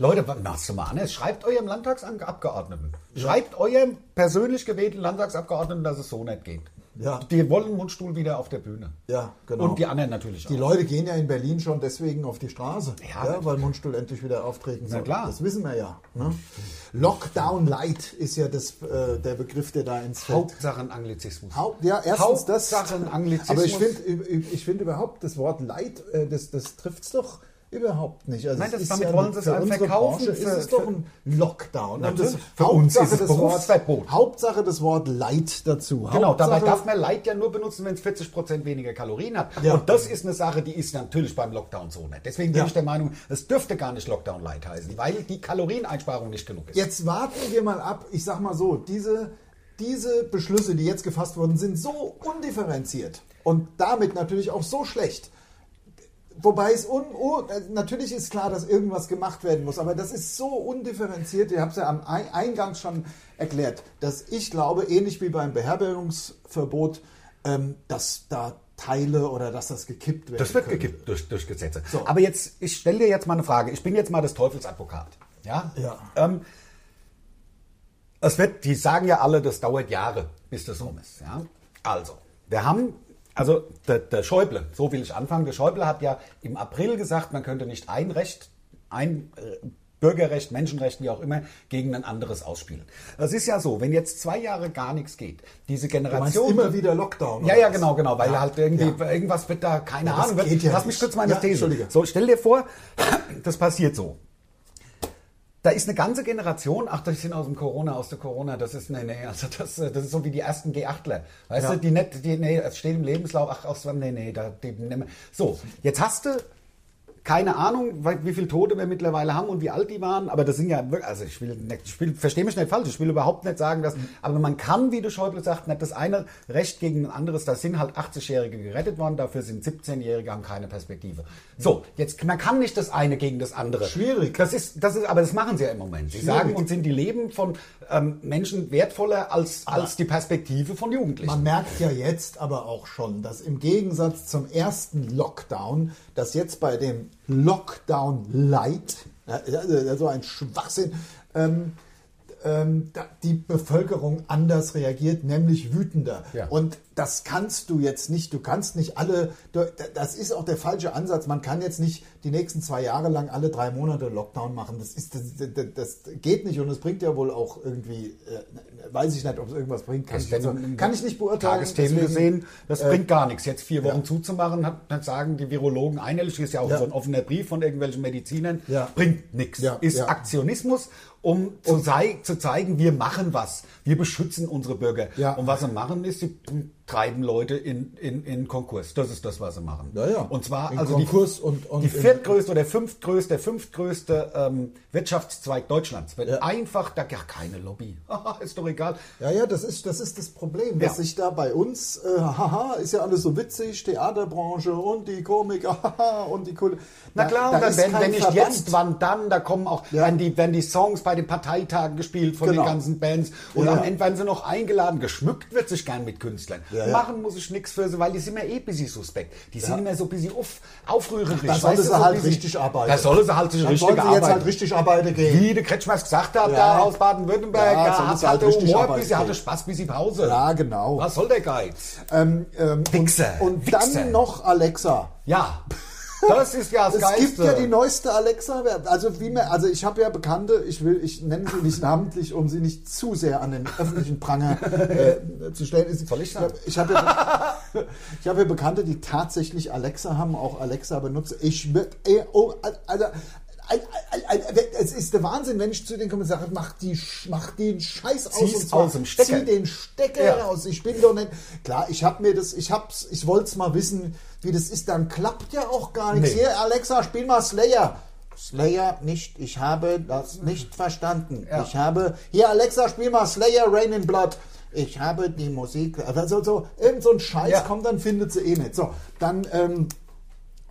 A: Leute, was machst du mal anders? Schreibt eurem Landtagsabgeordneten, schreibt eurem persönlich gewählten Landtagsabgeordneten, dass es so nicht geht.
C: Ja.
A: Die wollen Mundstuhl wieder auf der Bühne.
C: Ja, genau.
A: Und die anderen natürlich
C: Die
A: auch.
C: Leute gehen ja in Berlin schon deswegen auf die Straße, ja,
A: Ja.
C: weil Mundstuhl endlich wieder auftreten soll.
A: klar.
C: Das wissen wir ja. Ne? Lockdown Light ist ja das, äh, der Begriff, der da ins Feld.
A: Hauptsachen Anglizismus.
C: Haupt, ja, erstens das.
A: Hauptsachen Anglizismus.
C: Aber ich finde ich find überhaupt das Wort Light, äh, das, das trifft es doch überhaupt nicht. Also
A: Nein,
C: es
A: das-
C: ist
A: damit
C: ja
A: wollen sie es
C: für
A: einem
C: unsere
A: verkaufen,
C: Branche ist
A: für-
C: es doch ein Lockdown. Und
A: Natürlich. Für uns
C: Hauptsache
A: ist es
C: das Wort-
A: Berufsverbot.
C: Hauptsache das Wort Light dazu.
A: Genau, dabei
C: Hauptsache-
A: darf man Light ja nur benutzen, wenn es 40% weniger Kalorien hat.
C: Ja.
A: Und das ist eine Sache, die ist natürlich beim Lockdown so nicht. Deswegen bin
C: Ja.
A: ich der Meinung, es dürfte gar nicht Lockdown Light heißen, weil die Kalorieneinsparung nicht genug ist.
C: Jetzt warten wir mal ab. Ich sag mal so, diese, diese Beschlüsse, die jetzt gefasst wurden, sind so undifferenziert und damit natürlich auch so schlecht, Wobei es un oh, natürlich ist klar, dass irgendwas gemacht werden muss, aber das ist so undifferenziert. Ihr habt es ja am Ei- Eingang schon erklärt, dass ich glaube, ähnlich wie beim Beherbergungsverbot, ähm, dass da Teile oder dass das gekippt werden.
A: Das wird
C: könnte.
A: gekippt durch, durch Gesetze. Aber jetzt, ich stelle dir jetzt mal eine Frage. Ich bin jetzt mal des Teufels Advokat. Ja?
C: Ja.
A: Ähm, es wird, die sagen ja alle, das dauert Jahre, bis das rum ist. Ja? Also, wir haben, also der, der Schäuble, so will ich anfangen, der Schäuble hat ja im April gesagt, man könnte nicht ein Recht, ein äh, Bürgerrecht, Menschenrecht, wie auch immer, gegen ein anderes ausspielen. Das ist ja so, wenn jetzt zwei Jahre gar nichts geht, diese
C: Du meinst
A: Generation...
C: immer wieder Lockdown.
A: Ja,
C: oder
A: ja,
C: was?
A: genau, genau, weil
C: Ja.
A: halt irgendwie irgendwas wird da, keine
C: Ja, das
A: Ahnung. Wird,
C: geht ja
A: lass mich
C: nicht.
A: kurz meine
C: Ja,
A: These.
C: Entschuldige.
A: So, stell dir vor, das passiert so. Da ist eine ganze Generation, ach, das sind aus dem Corona, aus der Corona, das ist, nee, nee, also das, äh, das ist so wie die ersten G8ler. Weißt
C: Ja.
A: du, die nicht, die, nee, es steht im Lebenslauf, ach, aus, nee, nee, da, die, nimm- So, jetzt hast du keine Ahnung, weil- wie viele Tote wir mittlerweile haben und wie alt die waren, aber das sind ja wirklich, also ich will, nicht, ich will verstehe mich nicht falsch, ich will überhaupt nicht sagen, dass, aber man kann, wie der Schäuble sagt, nicht das eine Recht gegen ein anderes, da sind halt 80-Jährige gerettet worden, dafür sind 17-Jährige, haben keine Perspektive. So, jetzt, man kann nicht das eine gegen das andere.
C: Schwierig.
A: Das ist, das ist, aber das machen sie ja im Moment. Sie
C: Schwierig.
A: sagen, uns sind die Leben von ähm, Menschen wertvoller als, als die Perspektive von Jugendlichen.
C: Man merkt ja jetzt aber auch schon, dass im Gegensatz zum ersten Lockdown, dass jetzt bei dem Lockdown Light, ja, also so ein Schwachsinn, ähm, ähm, da- die Bevölkerung anders reagiert, nämlich wütender.
A: Ja.
C: Und das kannst du jetzt nicht. Du kannst nicht alle. du- Das ist auch der falsche Ansatz. Man kann jetzt nicht die nächsten zwei Jahre lang alle drei Monate Lockdown machen. Das ist das, das, das geht nicht und es bringt ja wohl auch irgendwie. Äh, weiß ich nicht, ob es irgendwas bringt. Kann, ich,
A: Also wenn
C: jetzt
A: du-
C: sagen. Also kann ich nicht beurteilen.
A: Tagesthemen
C: deswegen-
A: gesehen, das
C: Äh,
A: bringt gar nichts. Jetzt vier Wochen zuzumachen, hat, dann sagen die Virologen einhellig, ist ja auch
C: Ja.
A: so ein offener Brief von irgendwelchen Medizinern,
C: Ja.
A: bringt nichts.
C: Ja,
A: Ist
C: ja.
A: Aktionismus, um zu, zei zu zeigen, wir machen was, wir beschützen unsere Bürger.
C: Ja.
A: Und was sie machen, ist, sie treiben Leute in, in, in Konkurs. Das ist das, was sie machen.
C: Ja, ja.
A: Und zwar
C: In
A: also
C: Konkurs
A: die,
C: und- und
A: die
C: in-
A: viertgrößte oder fünftgrößte, der fünftgrößte ähm, Wirtschaftszweig Deutschlands wird einfach, da ja keine Lobby, ist doch egal.
C: Ja, ja, das ist das, ist das Problem, dass
A: Ja.
C: sich da bei uns, äh, haha, ist ja alles so witzig, Theaterbranche und die Komiker, haha, und die Kul
A: Na klar,
C: da
A: und dann
C: ist
A: wenn,
C: kein
A: wenn nicht
C: Verband.
A: jetzt, wann dann? Da kommen auch,
C: Ja.
A: werden, die, werden die Songs bei den Parteitagen gespielt von
C: Genau.
A: den ganzen Bands. Und
C: Ja.
A: am Ende werden sie noch eingeladen. Geschmückt wird sich gern mit Künstlern.
C: Ja, ja.
A: Machen muss ich nichts für sie, weil die sind immer eh busy suspekt. Die sind
C: Ja.
A: immer so busy auf, aufrührerisch.
C: Da sollen
A: weißt
C: sie
A: du, so
C: halt
A: busy.
C: richtig arbeiten.
A: Da sollen sie halt sich
C: Dann
A: richtig
C: sollen sie
A: arbeiten.
C: jetzt halt richtig arbeiten gehen.
A: wie der Kretschmer es gesagt hat,
C: Ja.
A: da aus Baden-Württemberg,
C: Ja,
A: da
C: sollen
A: hat
C: sie halt
A: der
C: richtig
A: Humor,
C: arbeiten
A: bis sie hatte
C: gehen.
A: Spaß, bis sie Pause.
C: Ja, genau.
A: Was soll der Geiz?
C: Ähm, ähm,
A: Wichser,
C: Und, und
A: Wichser.
C: dann noch Alexa.
A: Ja, das ist ja das
C: Es gibt
A: Geilste.
C: ja die neueste Alexa. wer- Also wie mehr, also ich habe ja Bekannte, ich will, ich nenne sie nicht namentlich, um sie nicht zu sehr an den öffentlichen Pranger äh, zu stellen. Soll
A: ich sagen?
C: Ich habe ja, ich hab ja Bekannte, die tatsächlich Alexa haben, auch Alexa benutzt. Ich be- eh, oh, also ein, ein, ein, es ist der Wahnsinn, wenn ich zu denen komme und sage, mach, die, Sch- mach den Scheiß aus
A: Zieh's
C: und zwar
A: aus dem Stecker.
C: zieh den Stecker
A: Ja.
C: raus. Ich bin doch nicht. Klar, ich habe mir das, ich hab's, ich wollte es mal wissen, wie das ist. Dann klappt ja auch gar nichts.
A: Nee.
C: Hier, Alexa, spiel mal Slayer. Slayer nicht, ich habe das nicht verstanden.
A: Ja.
C: Ich habe, hier Alexa, spiel mal Slayer Rain in Blood. Ich habe die Musik, also so, irgend so ein Scheiß
A: Ja.
C: kommt, dann findet sie eh nicht. So, dann, ähm,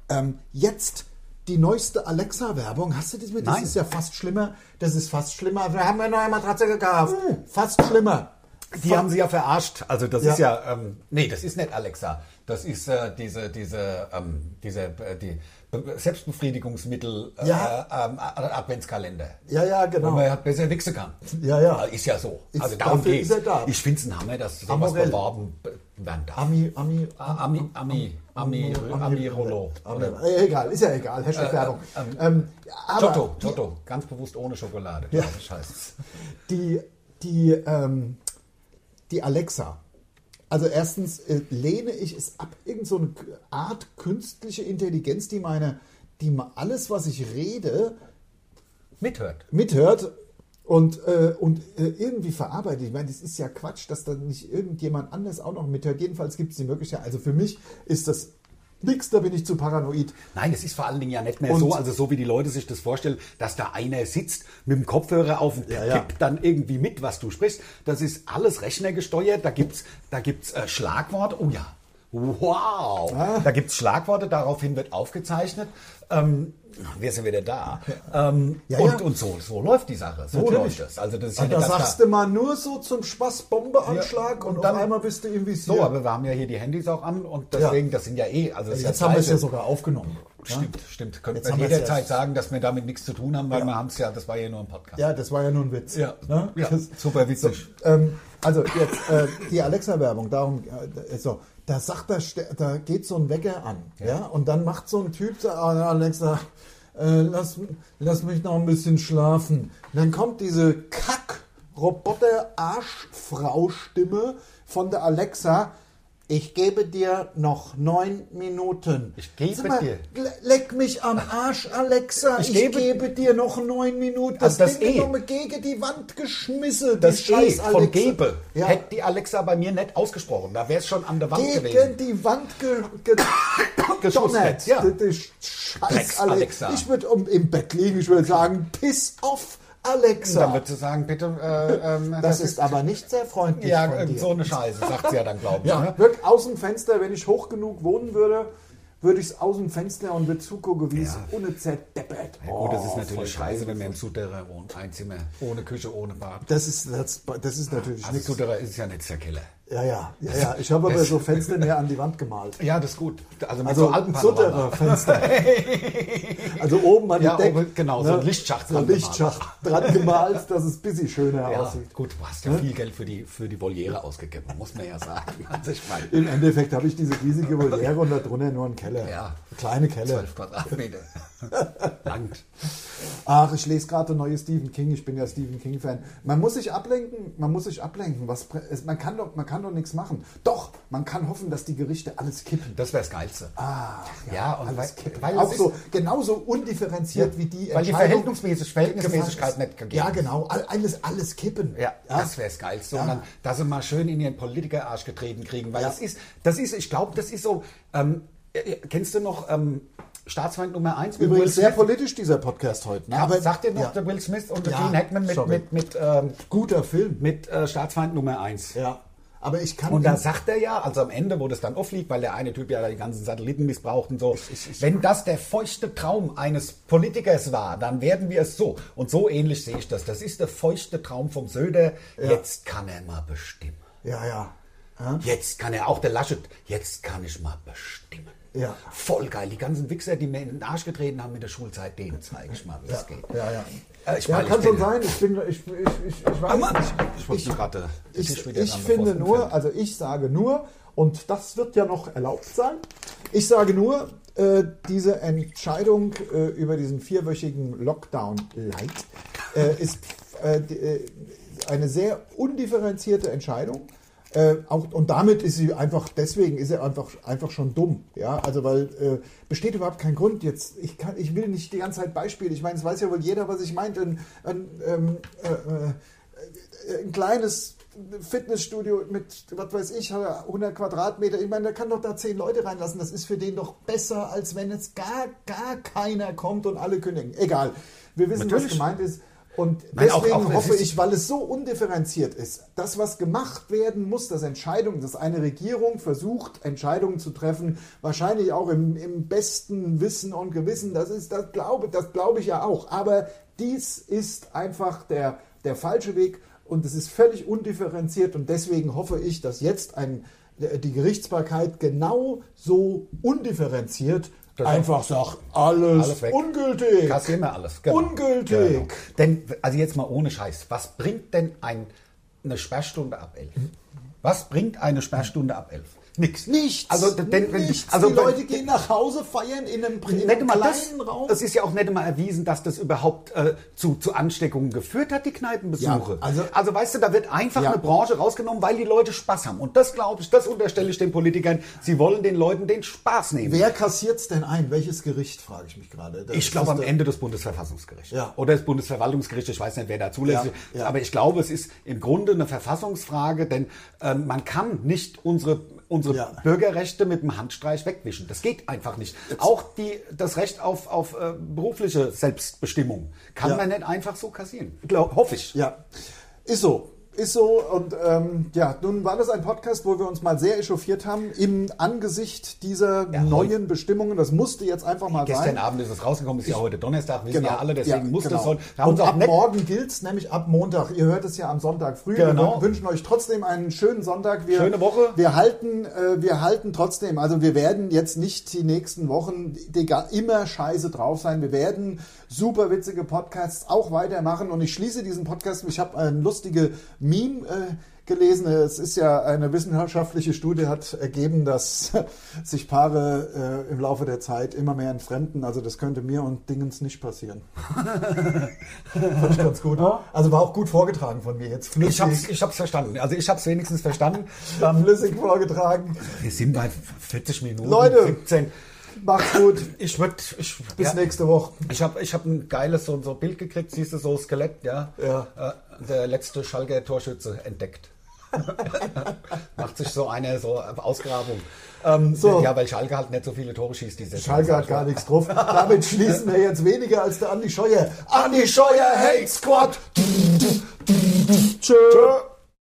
C: ähm, jetzt die neueste Alexa-Werbung. Hast du das mit? Das
A: Nein.
C: ist ja fast schlimmer. Das ist fast schlimmer. Wir haben eine neue Matratze gekauft. Fast schlimmer.
A: Oh. Die haben sie ja verarscht. Also das
C: Ja.
A: ist ja, ähm, nee, das ist nicht Alexa. Das ist äh, diese, diese, ähm, diese, äh, die Be- Selbstbefriedigungsmittel äh,
C: Ja.
A: ähm, A- Adventskalender.
C: Ja, ja,
A: Wo
C: genau.
A: man halt besser wichsen kann.
C: Ja, ja.
A: Ist ja so.
C: Ist-
A: also darum
C: dafür
A: geht's.
C: ist er da.
A: Ich finde es ein Hammer, dass sowas
C: Amorell.
A: beworben be- werden darf. Ah,
C: Ami, Ami,
A: Ami, Ami, Ami, Ami, Rollo.
C: Ami, egal, ist ja egal. Hashtag Werbung.
A: ähm,
C: Ähm, aber
A: Toto, Toto, ganz bewusst ohne Schokolade. Ja. Scheiße.
C: die, die, ähm, die Alexa. Also erstens äh, lehne ich es ab, irgend so eine K- Art künstliche Intelligenz, die meine, die ma- alles, was ich rede,
A: Mithört.
C: mithört und, äh, und äh, irgendwie verarbeitet. Ich meine, das ist ja Quatsch, dass da nicht irgendjemand anders auch noch mithört. Jedenfalls gibt es die Möglichkeit. Also für mich ist das nix, da bin ich zu paranoid.
A: Nein, es ist vor allen Dingen ja nicht mehr
C: Und-
A: so, also so wie die Leute sich das vorstellen, dass da einer sitzt mit dem Kopfhörer auf und
C: Ja, ja.
A: tippt dann irgendwie mit, was du sprichst. Das ist alles rechnergesteuert, da gibt's, da gibt's äh, Schlagwort, oh ja. Wow!
C: Ah.
A: Da gibt es Schlagworte, daraufhin wird aufgezeichnet. Ähm, wir sind wieder da. Ähm,
C: Ja,
A: und,
C: ja.
A: und so, so läuft die Sache. So
C: Natürlich.
A: läuft es. Also das ist
C: Da
A: nicht, dass
C: sagst du mal nur so zum Spaß Bombeanschlag
A: Ja,
C: und,
A: und
C: auf
A: dann-
C: einmal bist du im Visier.
A: So, aber wir haben ja hier die Handys auch an und deswegen, das sind ja eh. Also das ist
C: jetzt haben wir es ja
A: Zeit.
C: sogar aufgenommen.
A: Stimmt, stimmt. Könnte
C: Jetzt
A: man
C: haben wir es
A: jederzeit
C: erst.
A: sagen, dass wir damit nichts zu tun haben, weil wir haben es ja, das war ja nur ein Podcast.
C: Ja, das war ja nur ein Witz. Ne?
A: ja.
C: Das,
A: super witzig.
C: ähm, also jetzt äh, die Alexa-Werbung, darum, äh, so, da sagt der, Ste- da geht so ein Wecker an, ja, und dann macht so ein Typ, sagt, "Ah, Alexa, äh, lass, lass mich noch ein bisschen schlafen. Dann kommt diese Kack-Roboter-Arschfrau-Stimme von der Alexa. Ich gebe dir noch neun Minuten.
A: Ich gebe
C: Sag mal,
A: dir.
C: le- Leck mich am Arsch, Alexa. Ich,
A: Ich
C: gebe,
A: gebe-
C: dir noch neun Minuten.
A: Also das
C: Ding
A: eh.
C: wird noch mal gegen die Wand geschmissen. die
A: Das E
C: scheiß Alexa.
A: von Gebe
C: Ja.
A: hätte die Alexa bei mir nicht ausgesprochen. Da wäre es schon an der Wand
C: gegen
A: gewesen.
C: die Wand ge ge
A: Geschustert,
C: gedonnert.
A: ja.
C: Die- die Scheiß
A: Drecks
C: Alexa.
A: Alexa.
C: Ich würde um, im Bett liegen, ich würde sagen, piss off, Alexa.
A: Dann würde sie sagen, bitte. Äh, ähm,
C: das, ist aber nicht sehr freundlich
A: ja
C: von dir.
A: so eine Scheiße, sagt sie ja dann, glaube ich.
C: ja,
A: ne?
C: wirklich aus dem Fenster, wenn ich hoch genug wohnen würde, würde ich es aus dem Fenster und würde zugucken, wie es ohne zerdeppert.
A: Ja, gut, das ist natürlich scheiße, wenn man im Souterrain wohnt. Ein Zimmer, ohne Küche, ohne Bad.
C: Das ist, das, das ist natürlich
A: Also
C: nichts.
A: Souterrain ist ja nicht der Keller.
C: Ja, ja, ja, ja. Ich habe aber so Fenster mehr an die Wand gemalt.
A: Ja, das ist gut. Also mit
C: Also
A: so
C: suttere
A: Alpenpanorama.
C: Fenster. also oben an
A: Ja,
C: der Decke. ne,
A: oben, genau, so ein Lichtschacht
C: So ein
A: dran gemalt.
C: Lichtschacht dran gemalt, dass es ein bisschen schöner
A: Ja,
C: aussieht.
A: gut, du hast ja viel Geld für die, für die Voliere ausgegeben, muss man ja sagen. Also ich meine,
C: Im Endeffekt habe ich diese riesige Voliere und darunter nur einen Keller.
A: Ja.
C: Eine kleine Keller.
A: 12 Quadratmeter. Langt.
C: Ach, ich lese gerade neue Stephen King. Ich bin ja Stephen King-Fan. Man muss sich ablenken, man muss sich ablenken. Was, pre- es- man, kann doch, man kann doch nichts machen. Doch, man kann hoffen, dass die Gerichte alles kippen.
A: Das wäre das Geilste. Ah, ja, und weil,
C: Alles kippen.
A: weil
C: Auch
A: es
C: so,
A: ist,
C: genauso undifferenziert wie die
A: weil die
C: Entscheidung-
A: Verhältnismäßig, Verhältnismäßigkeit nicht gegeben
C: Ja,
A: ist.
C: genau. All- Alles, alles kippen.
A: Ja, das wäre das Geilste.
C: Ja.
A: Und dann, dass sie mal schön in ihren Politikerarsch getreten kriegen. Weil
C: Ja.
A: das ist, das ist, ich glaube, das ist so, ähm, äh, kennst du noch ähm, Staatsfeind Nummer 1? mit Will
C: Übrigens sehr
A: Smith?
C: politisch, dieser Podcast heute. Ne?
A: Ja, aber sagt dir noch
C: ja.
A: der Will Smith und der
C: Ja,
A: Gene Hackman mit,
C: sorry.
A: mit, mit, ähm,
C: guter Film.
A: mit äh, Staatsfeind Nummer 1?
C: Ja. Aber ich kann.
A: Und da
C: ihn-
A: sagt er ja, also am Ende, wo das dann aufliegt, weil der eine Typ ja die ganzen Satelliten missbraucht und so, wenn das der feuchte Traum eines Politikers war, dann werden wir es so. Und so ähnlich sehe ich das. Das ist der feuchte Traum vom Söder. Jetzt kann er mal bestimmen.
C: ja, ja.
A: Jetzt kann er, auch der Laschet, jetzt kann ich mal bestimmen.
C: Ja.
A: Voll geil. Die ganzen Wichser, die mir in den Arsch getreten haben mit der Schulzeit, denen zeige ich mal, wie es geht.
C: Ja, ja.
A: Äh, ich
C: Ja,
A: meine,
C: kann
A: ich
C: schon
A: bin-
C: sein. Ich bin. Ich, ich, ich, ich weiß
A: Ah, Mann,
C: nicht.
A: ich- ich wollte gerade-
C: Ich,
A: Tisch
C: ich,
A: wieder dran, bevor
C: finde
A: es
C: nur,
A: umfällt.
C: also ich sage nur, und das wird ja noch erlaubt sein, ich sage nur, äh, diese Entscheidung äh, über diesen vierwöchigen Lockdown-Light äh, ist äh, die, äh, eine sehr undifferenzierte Entscheidung. Äh, auch, und damit ist sie einfach, deswegen ist er einfach, einfach schon dumm. Ja, also, weil äh, besteht überhaupt kein Grund jetzt. Ich, kann, ich will nicht die ganze Zeit Beispiele. Ich meine, es weiß ja wohl jeder, was ich meinte. Ein, ein, ähm, äh, äh, ein kleines Fitnessstudio mit, was weiß ich, 100 Quadratmeter. Ich meine, da kann doch da zehn Leute reinlassen. Das ist für den doch besser, als wenn jetzt gar, gar keiner kommt und alle kündigen. Egal. Wir wissen, was
A: Natürlich.
C: gemeint ist. Und
A: Nein, auch-
C: deswegen
A: auch- es
C: hoffe
A: ist-
C: Also ich, weil es so undifferenziert ist, das, was gemacht werden muss, dass Entscheidungen, dass eine Regierung versucht, Entscheidungen zu treffen, wahrscheinlich auch im, im besten Wissen und Gewissen, das ist, das glaube, das glaube ich ja auch. Aber dies ist einfach der, der falsche Weg und es ist völlig undifferenziert und deswegen hoffe ich, dass jetzt ein, die Gerichtsbarkeit genau so undifferenziert einfach sagt, alles,
A: Genau. Alles weg.
C: ungültig.
A: Kassieren wir alles.
C: Ungültig.
A: Genau. Denn, also jetzt mal ohne Scheiß, was bringt denn ein, eine Sperrstunde ab 11? Was bringt eine Sperrstunde ab 11? Nix.
C: Nichts.
A: Also, denn, wenn-
C: nichts.
A: also
C: die
A: wenn-
C: Leute gehen nach Hause, feiern in einem, in
A: nicht
C: einem
A: mal
C: kleinen
A: das,
C: Raum.
A: das ist ja auch nicht mal erwiesen, dass das überhaupt äh, zu, zu Ansteckungen geführt hat, die Kneipenbesuche.
C: Ja, also-
A: also weißt du, da wird einfach
C: Ja.
A: eine Branche rausgenommen, weil die Leute Spaß haben. Und das glaube ich, das unterstelle ich den Politikern. Sie wollen den Leuten den Spaß nehmen.
C: Wer kassiert es denn ein? Welches Gericht, frage ich mich gerade. Das
A: Ich glaube
C: ist
A: am
C: der-
A: Ende das Bundesverfassungsgericht.
C: Ja.
A: Oder das Bundesverwaltungsgericht, ich weiß nicht, wer da zulässig
C: Ja,
A: ist.
C: ja.
A: Aber ich glaube, es ist im Grunde eine Verfassungsfrage, denn ähm, man kann nicht unsere, unsere
C: Ja.
A: Bürgerrechte mit dem Handstreich wegwischen. Das geht einfach nicht. Auch die, das Recht auf, auf äh, berufliche Selbstbestimmung kann
C: Ja.
A: man nicht einfach so kassieren. Glaub, hoffe ich.
C: Ja, ist so. Ist so und ähm, ja, nun war das ein Podcast, wo wir uns mal sehr echauffiert haben im Angesicht dieser
A: Ja,
C: neuen Bestimmungen. Das musste jetzt einfach mal
A: Gestern
C: sein.
A: Abend ist es rausgekommen, ist ja heute Donnerstag, wissen ja alle, deswegen muss
C: genau.
A: das heute. Wir haben
C: Und
A: uns auch
C: ab
A: nett
C: morgen gilt's nämlich ab Montag. Ihr hört es ja am Sonntag früh.
A: Genau.
C: Wir wünschen euch trotzdem einen schönen Sonntag. Wir,
A: Schöne Woche.
C: Wir halten, äh, wir halten trotzdem. Also wir werden jetzt nicht die nächsten Wochen Digga, immer scheiße drauf sein. Wir werden super witzige Podcasts auch weitermachen. Und ich schließe diesen Podcast. Ich habe ein lustige Meme. Äh, gelesen. Es ist ja eine wissenschaftliche Studie hat ergeben, dass sich Paare äh, im Laufe der Zeit immer mehr entfremden. Also das könnte mir und Dingens nicht passieren. Fand ich ganz gut. Also war auch gut vorgetragen von mir jetzt. Flüssig,
A: Ich hab's, ich hab's verstanden. Also ich hab's wenigstens verstanden. Ähm,
C: flüssig vorgetragen.
A: wir sind bei 40 Minuten.
C: Leute.
A: 17.
C: Macht's gut.
A: Ich würde, ich,
C: Bis
A: ja,
C: nächste Woche.
A: ich habe ich hab ein geiles so, so Bild gekriegt, siehst du, so Skelett, ja.
C: Ja.
A: Äh, der letzte Schalker Torschütze entdeckt. Macht sich so eine so Ausgrabung. Ähm,
C: So.
A: Ja, weil Schalke halt nicht so viele Tore schießt. Diese Also,
C: Schalke hat gar nichts drauf. Damit schließen wir jetzt weniger als der Andi Scheuer. Andi Scheuer Hate Squad. Tschö.